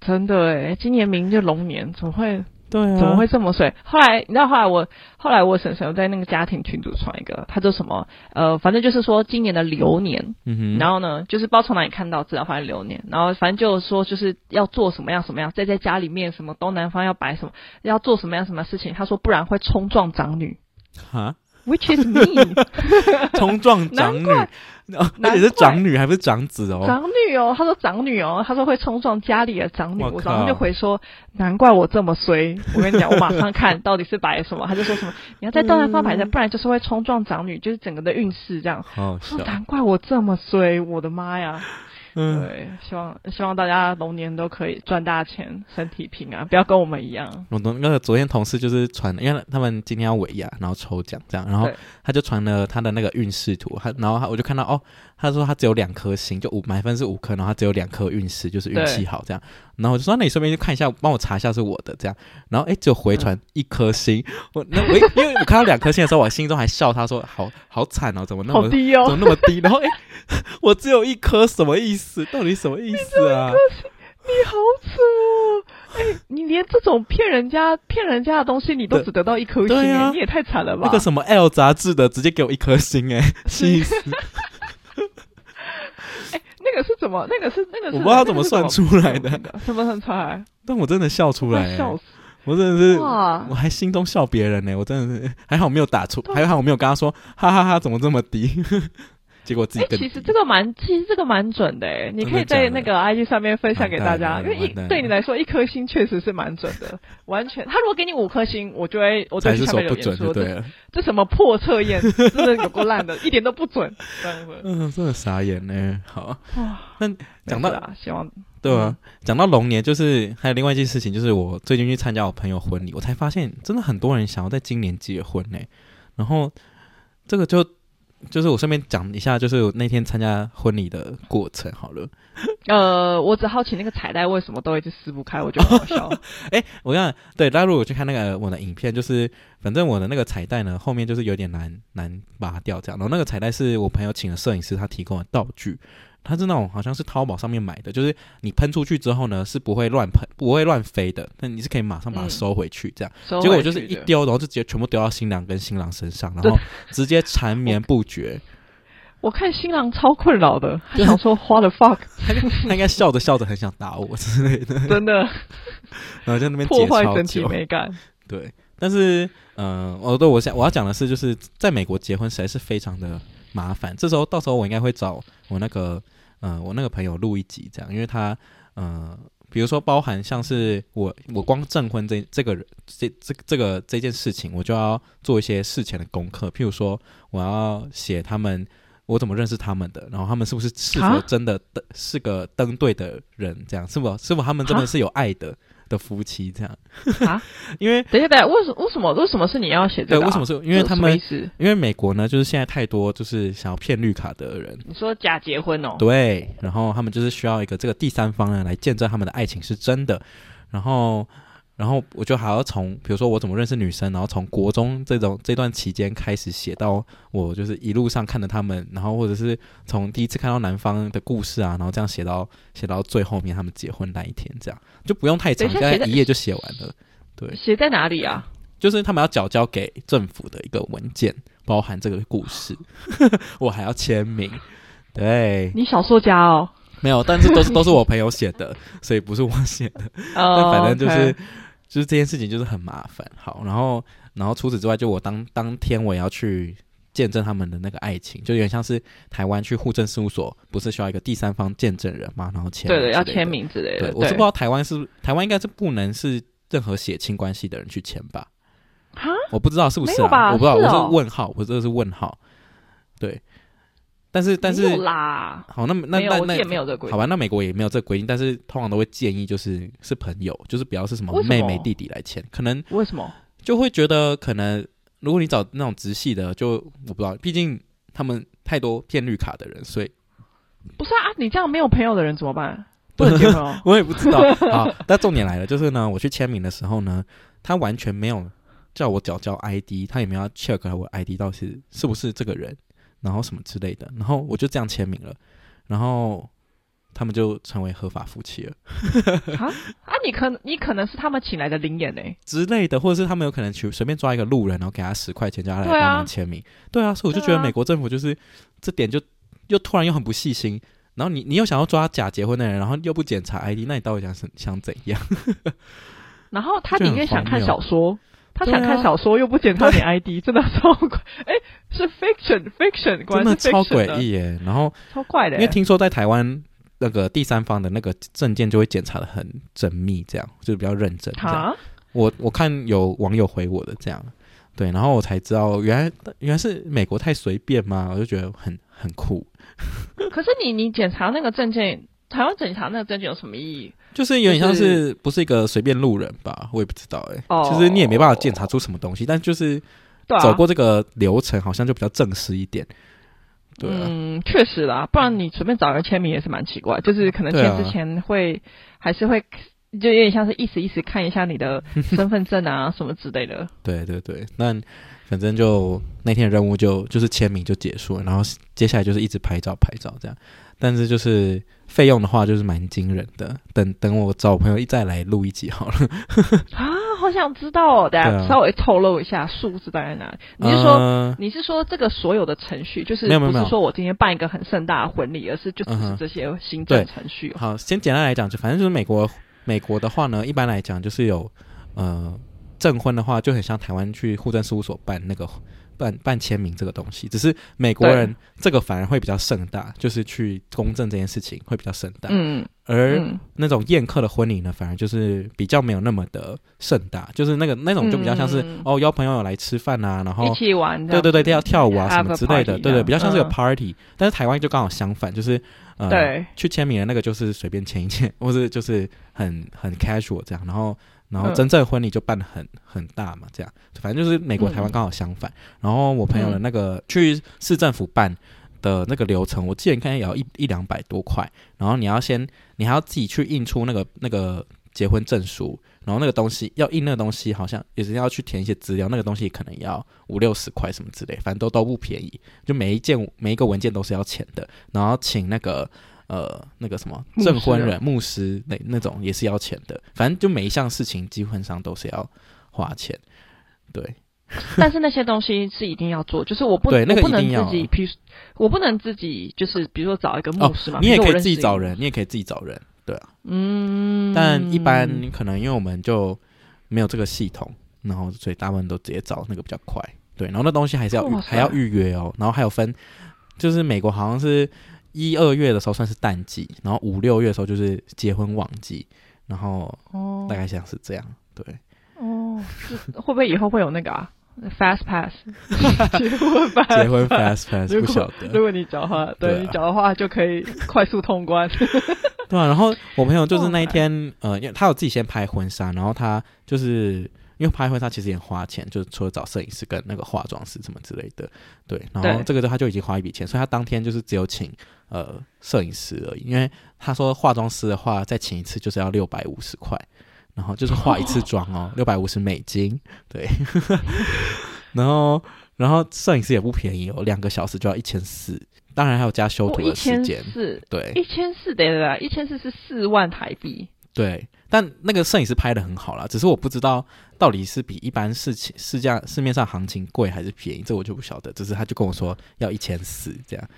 S2: 真的哎、今年明明就龙年，怎么会
S1: 对啊，
S2: 怎么会这么水？后来你知道，后来我后来我婶婶有在那个家庭群组传一个，他就什么呃，反正就是说今年的流年，
S1: 嗯哼，
S2: 然后呢，就是不知道从哪里看到资料，反正流年，然后反正就说就是要做什么样什么样，再在家里面什么东南方要摆什么，要做什么样什么事情。他说不然会冲撞长女
S1: 啊，
S2: ，which is me，
S1: 冲 撞长女，哦而且是长女还不是长子哦。
S2: 长女哦，他说长女哦，他说会冲撞家里的长女。
S1: 我
S2: 我早
S1: 靠
S2: 上就回说，难怪我这么衰。我跟你讲，我马上看到底是摆什么，他就说什么你要在东南方
S1: 嗯
S2: 摆一下，不然就是会冲撞长女，就是整个的运势这样。
S1: 好好
S2: 我说
S1: 笑，
S2: 难怪我这么衰，我的妈呀！
S1: 嗯，
S2: 对，希望希望大家龙年都可以赚大钱，身体平安，不要跟我们一样。
S1: 我同那个昨天同事就是传，因为他们今天要尾牙，然后抽奖这样，然后
S2: 对
S1: 他就传了他的那个运势图，他然后他我就看到哦，他说他只有两颗星，就五满分是五颗，然后他只有两颗运势，就是运气好这样。然后我就说，那你顺便去看一下，帮我查一下是我的这样。然后哎，只有回传一颗星， 我那我一因为我看到两颗星的时候，我心中还笑他说好 好惨哦，怎么那
S2: 好
S1: 么。
S2: 低
S1: 怎
S2: 哦，
S1: 么那么低？然后哎、 我只有一颗，什么意思？到底什么意思啊？
S2: 你好扯哦！哎，你连这种骗人家、骗人家的东西，你都
S1: 对
S2: 只得到一颗星
S1: 对啊
S2: 哎，你也太惨了吧
S1: 那个？什么 L 杂志的，直接给我一颗星哎、气死！
S2: 那个是怎么？那个是那个是
S1: 我不知道他怎么算出来的
S2: 那个是怎么算出来的？怎
S1: 但
S2: 么算出来？
S1: 我真的笑出来、欸
S2: 快笑死！
S1: 我真的是，
S2: 哇
S1: 我还心中笑别人呢、我真的是 还好没有打出，还好我没有跟他说，哈哈哈怎么这么低？ 结果自
S2: 哎、
S1: 己更低。
S2: 其实这个蛮，其实这个蛮准 的哎，你可以
S1: 真的
S2: 在
S1: 假的
S2: 那个 IG 上面分享给大家，
S1: 啊完蛋了
S2: 因为一
S1: 完蛋了
S2: 对你来说一颗星确实是蛮准 的，完全。他如果给你五颗星，我就会我就
S1: 才
S2: 会去
S1: 是
S2: 下
S1: 说
S2: 面
S1: 不
S2: 留言
S1: 准
S2: 说
S1: 就对
S2: 这
S1: 了，
S2: 这什么破测验，真的有够 烂的，一点都不准。这样子
S1: 嗯，真的傻眼呢、好，
S2: 哇，
S1: 那讲到
S2: 没事啦希望
S1: 对啊，
S2: 嗯
S1: 讲到龙年，就是还有另外一件事情，就是我最近去参加我朋友婚礼，我才发现真的很多人想要在今年结婚呢、然后这个就就是我顺便讲一下，就是我那天参加婚礼的过程好了。
S2: 呃，我只好奇那个彩带为什么都一直撕不开，我觉得很 好笑。
S1: 哎、我跟你讲，对，大家如果有去看那个我的影片，就是反正我的那个彩带呢，后面就是有点难难拔掉这样。然后那个彩带是我朋友请的摄影师他提供的道具，它是那种好像是淘宝上面买的，就是你喷出去之后呢是不会乱喷，不会乱飞的，那你是可以马上把它
S2: 嗯
S1: 收回去这样。
S2: 收
S1: 结果我
S2: 回
S1: 就是
S2: 去
S1: 一
S2: 的
S1: 丢，然后就直接全部丢到新娘跟新郎身上，然
S2: 对
S1: 后直接缠绵不绝。
S2: 我看新郎超困扰的，他
S1: 对
S2: 想说 what the fuck，
S1: 他应该笑着笑着很想打我之类的，
S2: 真的
S1: 然后在那边
S2: 破
S1: 解
S2: 坏
S1: 超
S2: 整体
S1: 久。
S2: 美感。
S1: 对，但是，嗯、哦，对，我想我要讲的是，就是在美国结婚实在是非常的麻烦。这时候，到时候我应该会找我那个，嗯、我那个朋友录一集这样，因为他，嗯、比如说包含像是我，我光证婚这这个人这这这个这件事情，我就要做一些事前的功课，譬如说我要写他们。我怎么认识他们的？然后他们是不是是否
S2: 啊
S1: 真的登是个登对的人？这样是否是否他们真的
S2: 啊
S1: 是有爱的的夫妻？这样
S2: 啊，
S1: 因为
S2: 等一下，等一下，为什为什么为什么是你要写这
S1: 对，
S2: 个啊、
S1: 为什么是？因为
S2: 这
S1: 他
S2: 什么
S1: 们
S2: 意，思
S1: 因为美国呢，就是现在太多就是想要骗绿卡的人，
S2: 你说假结婚哦？
S1: 对，然后他们就是需要一个这个第三方呢来见证他们的爱情是真的，然后，然后我就还要从，比如说我怎么认识女生，然后从国中这种这段期间开始写到我就是一路上看着他们，然后或者是从第一次看到男方的故事啊，然后这样写到写到最后面他们结婚那一天，这样就不用太长，
S2: 等
S1: 大
S2: 一下
S1: 概
S2: 写在
S1: 一页就写完了。对，
S2: 写在哪里啊？
S1: 就是他们要缴交给政府的一个文件，包含这个故 事，我还要签名。对，
S2: 你小说家哦？
S1: 没有，但是都是都是我朋友写的，所以不是我写的。 但
S2: 呃，
S1: 反正就是
S2: OK
S1: 就是这件事情就是很麻烦。好，然后然后除此之外，就我当当天我也要去见证他们的那个爱情，就有点像是台湾去户政事务所，不是需要一个第三方见证人嘛，然后签
S2: 对
S1: 名
S2: 的，要
S1: 之类
S2: 签。名之类
S1: 对
S2: 的。，
S1: 我是不知道台湾是不是台湾应该是不能是任何血亲关系的人去签吧。
S2: 哈，
S1: 我不知道是不是、
S2: 没有
S1: 啊，
S2: 吧
S1: 我不知道，
S2: 是
S1: 我
S2: 哦
S1: 是问号，我这是问号。对，但是但
S2: 没有
S1: 是
S2: 啦，
S1: 好，那那
S2: 没有
S1: 那
S2: 我
S1: 那
S2: 记得没有这个规定
S1: 好吧，那美国也没有这个规定，但是通常都会建议就是是朋友，就是不要是什么
S2: 为什么
S1: 妹妹弟弟来签，可能
S2: 为什么？
S1: 就会觉得可能如果你找那种直系的，就我不知道，毕竟他们太多骗绿卡的人，所以。
S2: 不是啊，你这样没有朋友的人怎么办？不能结婚哦
S1: 我也不知道。好，但重点来了，就是呢，我去签名的时候呢，他完全没有叫我缴交 ID，他也没有要 check 我 ID 到底是是不是这个人，然后什么之类的，然后我就这样签名了，然后他们就成为合法夫妻了
S2: 啊 啊，你可你可能是他们请来的灵眼呢。
S1: 之类的，或者是他们有可能去随便抓一个路人，然后给他十块钱，叫他来
S2: 对
S1: 帮
S2: 啊
S1: 忙签名。对啊，所以我就觉
S2: 对
S1: 得
S2: 啊
S1: 美国政府就是这点就又突然又很不细心。然后你你又想要抓假结婚的人，然后又不检查 ID，那你到底想是想怎样？
S2: 然后他
S1: 就很
S2: 宁愿想
S1: 荒
S2: 看
S1: 谬
S2: 小说，他
S1: 对啊
S2: 想看小说又不检查你 ID，真的超怪。哎，是 fiction fiction，果
S1: 真
S2: 然
S1: 的
S2: 是
S1: 超
S2: fiction
S1: 诡异耶！然后
S2: 超怪的
S1: 因
S2: 欸。
S1: 为听说在台湾那个第三方的那个证件就会检查的很缜密，这样就比较认真。这样，
S2: 啊，
S1: 我我看有网友回我的这样，对，然后我才知道原来原来是美国太随便吗？我就觉得很很酷，
S2: 可是你你检查那个证件，台湾检查那个证件有什么意义？
S1: 就是有点像
S2: 就是
S1: 不是一个随便路人吧？我也不知道哎、
S2: 哦
S1: 其实你也没办法检查出什么东西，但就是
S2: 对啊，
S1: 走过这个流程好像就比较正式一点。对啊，
S2: 嗯，确实啦，不然你随便找人签名也是蛮奇怪，就是可能签
S1: 对啊
S2: 之前会、还是会，就有点像是意思意思看一下 你的身份证啊什么之类的。
S1: 对对对，那反正就那天的任务就就是签名就结束了，然后接下来就是一直拍照拍照这样，但是就是费用的话就是蛮惊人的，等等我找我朋友一再来录一集好了。
S2: 啊，好想知道哦，大
S1: 对
S2: 家
S1: 啊
S2: 稍微透露一下数字大概哪里？你是说？
S1: 呃
S2: 你是说这个所有的程序，就是
S1: 没有没有
S2: 不
S1: 没有
S2: 是说我今天办一个很盛大的婚礼，而是就只
S1: 嗯哼
S2: 是这些行政
S1: 对
S2: 程序哦、
S1: 好，先简单来讲，就反正就是美国美国的话呢，一般来讲就是有呃证婚的话，就很像台湾去户政事务所办那个办办签名这个东西，只是美国
S2: 对
S1: 人这个反而会比较盛大，就是去公证这件事情会比较盛大，
S2: 嗯
S1: 而
S2: 嗯
S1: 那种宴客的婚礼呢，反而就是比较没有那么的盛大，就是那个那种就比较像是、
S2: 嗯
S1: 哦邀朋友来吃饭啊，然后
S2: 一起玩这
S1: 对
S2: 样，
S1: 对对，要跳舞啊
S2: have
S1: 什么
S2: a
S1: 之类的，对
S2: party 这
S1: 对，
S2: 样
S1: 比较像是个
S2: 嗯
S1: party，、但是台湾就刚好相反，就是呃
S2: 对
S1: 去签名的那个就是随便签一签， 或是就是很很 casual 这样，然后然后
S2: 嗯
S1: 真正婚礼就办的很很大嘛，这样，反正就是美国
S2: 嗯
S1: 台湾刚好相反。然后我朋友的那个、去市政府办的那个流程，我记得应该也要一一两百多块，然后你要先你还要自己去印出那个那个结婚证书。然后那个东西要印那个东西，好像也是要去填一些资料，那个东西可能也要五六十块什么之类，反正都都不便宜。就每一件每一个文件都是要钱的，然后请那个呃那个什么
S2: 牧师
S1: 证婚
S2: 啊
S1: 人、牧师那那种也是要钱的，反正就每一项事情基本上都是要花钱。对，
S2: 但是那些东西是一定要做，就是我不
S1: 对那个
S2: 我不
S1: 一
S2: 能
S1: 定要
S2: 自己，比如我不能自己就是比如说找一个
S1: 哦
S2: 牧师嘛，，
S1: 你也
S2: 比如
S1: 可
S2: 说我
S1: 以
S2: 认
S1: 自
S2: 识
S1: 己找
S2: 一个，
S1: 人，你也可以自己找人，对啊。
S2: 嗯，
S1: 但一般可能因为我们就没有这个系统，然后所以大部分都直接找那个比较快。对，然后那东西还是要预
S2: 哇塞
S1: 还要预约哦，然后还有分，就是美国好像是一二月的时候算是淡季，然后五六月的时候就是结婚旺季，然后
S2: 哦
S1: 大概像是这样。 对，
S2: 哦，是会不会以后会有那个啊？Fast pass，结婚 fast
S1: 结婚 fast fast
S2: 如
S1: 不
S2: 果
S1: 晓
S2: 如
S1: 得，
S2: 果你找的话，对
S1: 对啊
S2: 你找的话就可以快速 通关。
S1: 对啊。然后我朋友就是
S2: 哇
S1: 那一
S2: 塞
S1: 天，呃，因为他有自己先拍婚纱，然后他就是。因为拍婚纱其实也很花钱，就是除了找摄影师跟那个化妆师什么之类的，对。然后
S2: 对
S1: 这个他就已经花一笔钱，所以他当天就是只有请呃摄影师而已，因为他说化妆师的话再请一次就是要六百五十块，然后就是化一次妆哦，六百五十美金，对。 然后然后摄影师也不便宜哦，两个小时就要一千四，当然还有加修
S2: 我
S1: 图
S2: 哦一
S1: 的时
S2: 千
S1: 间，
S2: 四，
S1: 对。
S2: 一千四得了，一千四是四万台币。
S1: 对，但那个摄影师拍的很好啦，只是我不知道到底是比一般市情市价市面上行情贵还是便宜，这我就不晓得。只是他就跟我说要一千四这样，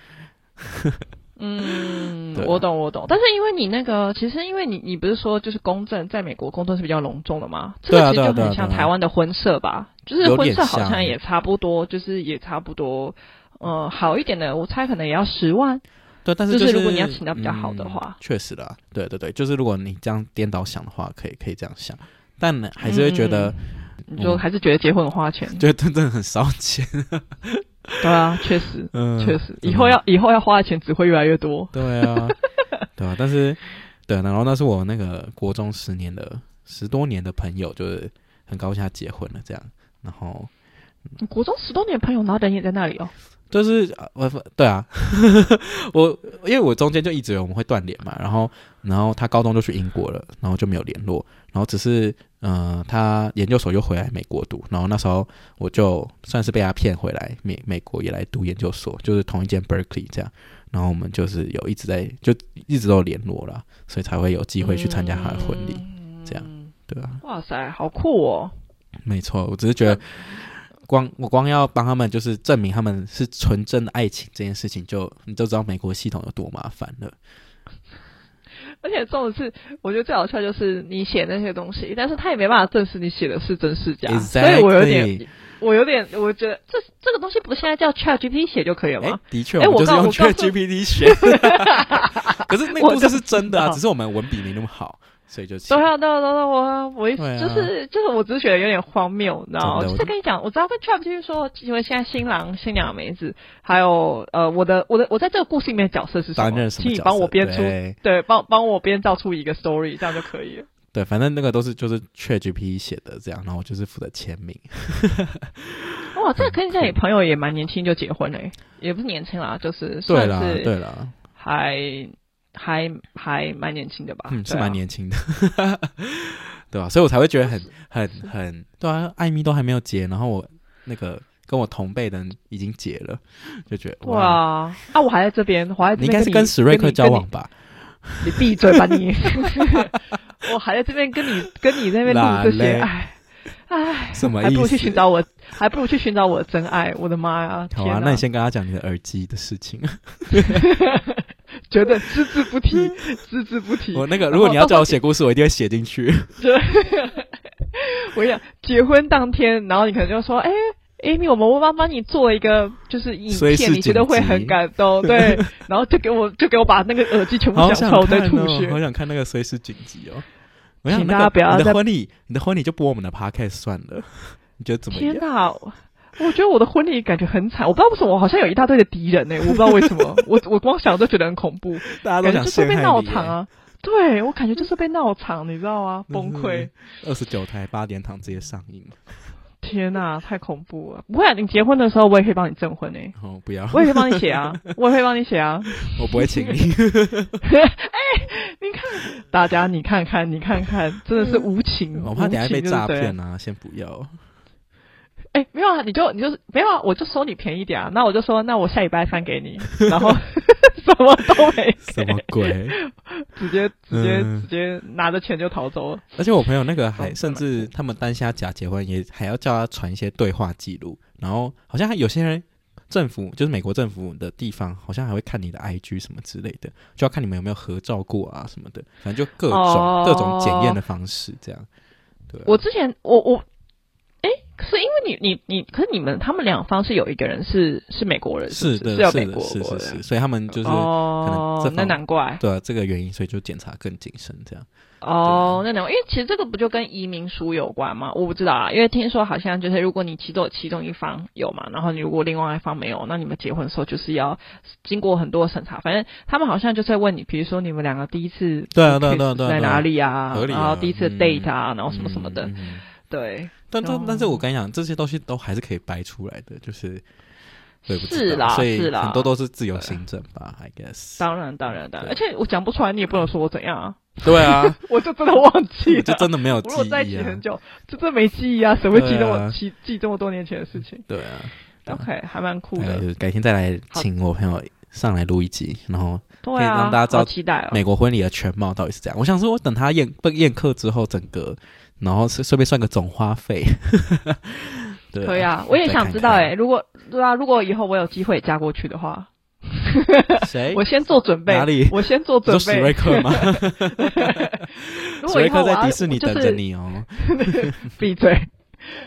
S2: 嗯
S1: 对啊，
S2: 我懂我懂，但是因为你那个，其实因为你你不是说就是公证，在美国公证是比较隆重的吗？这
S1: 对啊
S2: 个其
S1: 对
S2: 实
S1: 啊
S2: 就
S1: 对啊
S2: 很像
S1: 对啊
S2: 台湾的婚社吧，就是
S1: 有
S2: 婚
S1: 点
S2: 社好
S1: 像
S2: 像也差不多，就是也差不多，呃，好一点的我猜可能也要十万，
S1: 对，但是、
S2: 就是是如果你要请到比较好的
S1: 嗯
S2: 话
S1: 确实啦，对对对，就是如果你这样颠倒想的话，可以可以这样想，但还是会觉得，
S2: 嗯
S1: 嗯
S2: 你就还是觉得结婚很花钱。
S1: 觉得真的很烧 钱，
S2: 对啊，确实
S1: 嗯，
S2: 确实，
S1: 真
S2: 以
S1: 的
S2: 后要以后要花的钱只会越来越多。
S1: 对啊，对啊，但是对、啊，然后那是我那个国中十年的十多年的朋友，就是很高兴他结婚了这样，然后。
S2: 你国中十多年朋友，然后人也在那里哦。
S1: 就是呃我对啊，我因为我中间就一直有我们会断联嘛，然后然后他高中就去英国了，然后就没有联络，然后只是呃他研究所又回来美国读，然后那时候我就算是被他骗回来美美国也来读研究所，就是同一间 Berkeley 这样，然后我们就是有一直在就一直都有联络啦，所以才会有机会去参加他的婚礼，
S2: 嗯
S1: 这样对啊，
S2: 哇塞，好酷哦！
S1: 没错，我只是觉
S2: 嗯
S1: 得光我光要帮他们就是证明他们是纯真的爱情这件事情就，你就知道美国系统有多麻烦了。
S2: 而且重点是，我觉得最好笑就是你写那些东西，但是他也没办法证实你写的是真是假
S1: Exactly
S2: 所以我有点，我有点，我觉得这这个东西不是现在叫 Chat GPT 写就可以了
S1: 哎、
S2: 吗？
S1: 的确，
S2: 哎
S1: 们
S2: 我
S1: 就是
S2: 告
S1: 用
S2: 我告诉
S1: ChatGPT 学，可是那个故
S2: 我
S1: 事
S2: 就是
S1: 真的啊，
S2: 知道
S1: 只是我们文笔没那么好，所以就
S2: 对啊，对啊，对啊，我我一
S1: 对啊
S2: 就是就是，我只是觉得有点荒谬，你知道吗？
S1: 真的
S2: 就是跟你讲，我知道跟 Chat GPT 说，因为现在新郎新娘的名字，还有呃，我的我的我在这个故事里面的角色是什
S1: 担
S2: 么？
S1: 任什么
S2: 请你
S1: 角
S2: 帮
S1: 色
S2: 我编出，
S1: 对
S2: 对，帮帮我编造出一个 story，这样就可以了。
S1: 对，反正那个都是就是 ChatGPT 写的这样，然后我就是负责签名。
S2: 哇，这
S1: 嗯
S2: 可以像你朋友也蛮年轻就结婚了耶，也不是年轻啦，就是
S1: 对
S2: 算
S1: 啦，
S2: 是
S1: 对啦，
S2: 还还还蛮年轻的吧？
S1: 嗯，是
S2: 对啊
S1: 蛮。年轻的， 对啊吧、所以我才会觉 得很很很对啊，艾米都还没有结，然后我那个跟我同辈的人已经结了，就觉得
S2: 对，啊，啊，我还在这边，我还在
S1: 你
S2: 这
S1: 应
S2: 边
S1: 该是跟
S2: 你
S1: 史瑞克
S2: 你
S1: 交往吧？
S2: 你闭嘴吧你！ 我还在这边跟你跟你在那边
S1: 懒
S2: 录这些，
S1: 嘞
S2: 唉唉，
S1: 什么
S2: 还不如
S1: 意
S2: 去
S1: 思
S2: 寻找我，还不如去寻找我的真爱。我的妈呀！
S1: 好
S2: 天
S1: 啊
S2: 哪，
S1: 那你先跟他讲你的耳机的事 情。
S2: 觉得只字不提，只字不提。
S1: 我那个，
S2: 然
S1: 如果
S2: 后
S1: 你要
S2: 到时
S1: 叫
S2: 候
S1: 我写故事，我一定会写进去。
S2: 对，我跟你讲，结婚当天，然后你可能就说，哎、Amy，我们我帮帮你做一个就是影
S1: 随时
S2: 片，你觉得
S1: 剪
S2: 会
S1: 辑
S2: 很感 动，对，然后就给我就给我把那个耳机全部
S1: 好想
S2: 讲出来，我
S1: 看
S2: 在吐
S1: 哦，
S2: 血
S1: 好。想看那个随时紧急哦。我想
S2: 请
S1: 那
S2: 大
S1: 个
S2: 家不要
S1: 你的
S2: 再
S1: 婚礼，你的婚礼就播我们的 podcast 算了， 你觉得怎么
S2: 天
S1: 样？
S2: 哪！我我觉得我的婚礼感觉很惨，我不知道为什么，我好像有一大堆的敌人呢、我不知道为什么， 我我光想都觉得很恐怖，
S1: 大家
S2: 感
S1: 都
S2: 觉
S1: 想
S2: 就是
S1: 陷
S2: 被
S1: 害
S2: 闹
S1: 你耶。
S2: 场啊！对我感觉就是被闹场，你知 道
S1: 嗯
S2: 吗？崩溃！
S1: 二十九台八点档直接上映，
S2: 天哪，太恐怖了！不会、啊，你结婚的时候我也可以帮你证婚呢、
S1: 然后不要，
S2: 我也可以帮你写啊，我也会帮你写啊。
S1: 我不会请 你。
S2: 哎你看，嗯大家你看看，你看看，真的是无情，
S1: 我怕等下被诈骗
S2: 了。
S1: 啊，先不要。
S2: 哎、没有啊，你就你就没有啊，我就收你便宜点啊。那我就说，那我下礼拜三给你，然后什么都没给，
S1: 什么鬼？
S2: 直接直接、
S1: 嗯
S2: 直接拿着钱就逃走了。
S1: 而且我朋友那个还
S2: 哦
S1: 甚至他们单下假结婚也还要叫他传一些对话记录，然后好像还有些人政府就是美国政府的地方，好像还会看你的 IG 什么之类的，就要看你们有没有合照过啊什么的，反正就各种、
S2: 哦
S1: 各种检验的方式这样。对啊、
S2: 我之前我我，哎、可是因为你你你，可是你们他们两方是有一个人是是美国人，
S1: 是
S2: 不是
S1: 的，
S2: 要
S1: 是
S2: 美
S1: 的，
S2: 国
S1: 是
S2: 国
S1: 是
S2: 人
S1: 是，所以他们就是、
S2: 哦，
S1: 可能这
S2: 那
S1: 方
S2: 难怪
S1: 对、啊、这个原因，所以就检查更谨慎这样。
S2: 哦，那难怪，因为其实这个不就跟移民书有关吗？我不知道啊，因为听说好像就是如果你其中其中一方有嘛，然后你如果另外一方没有，那你们结婚的时候就是要经过很多审查，反正他们好像就是会问你，比如说你们两个第一次
S1: 对啊对啊
S2: kiss
S1: 对啊对啊
S2: 在
S1: 对啊
S2: 哪里啊，
S1: 合理啊
S2: 然后第一次
S1: 嗯
S2: date 啊，然后什么什么的，
S1: 嗯嗯嗯
S2: 对。
S1: 但但
S2: 哦
S1: 但是我跟你讲，这些东西都还是可以掰出来的，就是我也不知
S2: 是
S1: 道
S2: 啦
S1: 所以
S2: 是啦
S1: 很多都是自由行政吧，I guess。
S2: 当然，当然，当
S1: 对
S2: 然，而且我讲不出来，你也不能说我怎样啊，
S1: 对 啊，
S2: 我就真的忘记了，
S1: 就真的没有
S2: 啊我如
S1: 记
S2: 果在一
S1: 忆
S2: 起
S1: 啊
S2: 很。久，就真没记忆啊，谁会记得
S1: 对啊
S2: 我记记这么多年前的事情
S1: 对啊，对啊
S2: ？OK，还蛮酷
S1: 大概
S2: 的
S1: 就，是改天再来
S2: 好
S1: 请我朋友上来录一集，然后
S2: 对
S1: 可以
S2: 啊，
S1: 让大家知道
S2: 好期待哦。
S1: 美国婚礼的全貌到底是怎样。我想说，我等他宴被宴客之后，整个然后顺顺便算个总花费。 对、
S2: 可以啊，我也想知道哎、如果对啊，如果以后我有机会嫁过去的话，
S1: 欸，谁？
S2: 我先做准备。
S1: 哪里
S2: 我先做
S1: 你
S2: 准
S1: 说史瑞
S2: 备。
S1: 克吗？ 史
S2: 如果
S1: 瑞
S2: 以后
S1: 克
S2: 我要
S1: 在迪士尼等
S2: 就
S1: 着
S2: 是
S1: 你哦。
S2: 闭嘴。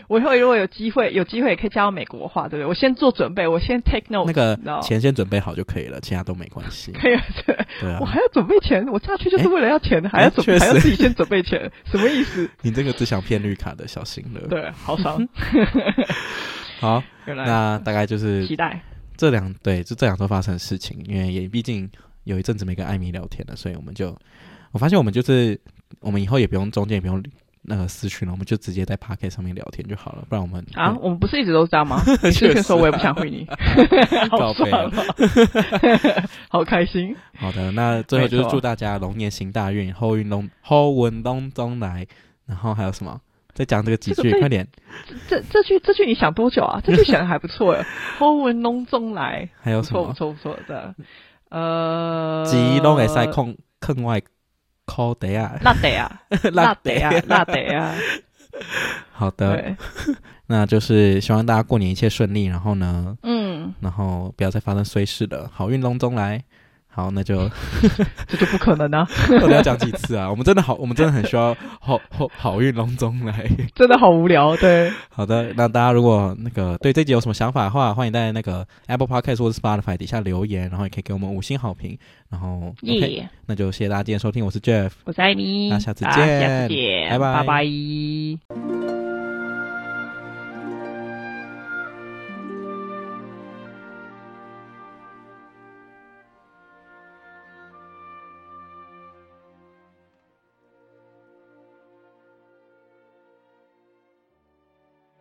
S2: 我以后如果有机会，有机会也可以嫁到美国的话，对不对？我先做准备，我先 take note
S1: 那。个
S2: 哦你知道
S1: 钱先准备好就可以了，其他都没关系。
S2: 可以啊，这
S1: 对啊
S2: 我，还要准备钱，我嫁去就是为了要钱，还要
S1: 哎
S2: 准
S1: 确实
S2: 还要自己先准备钱，什么意 思？
S1: 你这个只想骗绿卡的，小心了。
S2: 对，好爽，
S1: 好，
S2: 原来
S1: 那大概就是
S2: 期待。
S1: 这两对，就这两周发生的事情，因为也毕竟有一阵子没跟艾米聊天了，所以我们就我发现我们就是我们以后也不用中间也不用那个私讯了，我们就直接在 p o c k e t 上面聊天就好了，不然我们
S2: 啊，我们不是一直都这样吗？
S1: 确
S2: 你之
S1: 实啊
S2: 前说我也不想回你，好
S1: 报备
S2: 爽
S1: 啊
S2: 啊，好开心。
S1: 好的，那最后就
S2: 没
S1: 是
S2: 错
S1: 祝大家龙年行大运，后运龙后运龙中来，然后还有什么？再讲这个几
S2: 这个
S1: 句，
S2: 最
S1: 快点，
S2: 这这句这句你想多久啊？这句想的还不错哎，欧文隆中来，
S1: 还有
S2: 不
S1: 什
S2: 错不
S1: 么？
S2: 错不错的。 呃，
S1: 吉隆会使控坑外靠得 啊，
S2: 辣得 啊，辣得啊，辣得啊，
S1: 好的，
S2: 对，
S1: 那就是希望大家过年一切顺利，然后呢，
S2: 嗯，
S1: 然后不要再发生衰事了，好运隆中来。好，那 就
S2: 这就不可能啊，
S1: 到底要讲几次啊？我们真的好，我们真的很需要 好好好运隆中来。
S2: 真的好无聊，对，
S1: 好的，那大家如果那个对这集有什么想法的话，欢迎在那个 Apple Podcast 或是 Spotify 底下留言，然后也可以给我们五星好评。然后 OK，
S2: 耶，
S1: 那就谢谢大家今天收听，我是 Jeff。
S2: 我是艾米，
S1: 那下次
S2: 啊
S1: 见
S2: 下次见，
S1: 拜拜
S2: 拜拜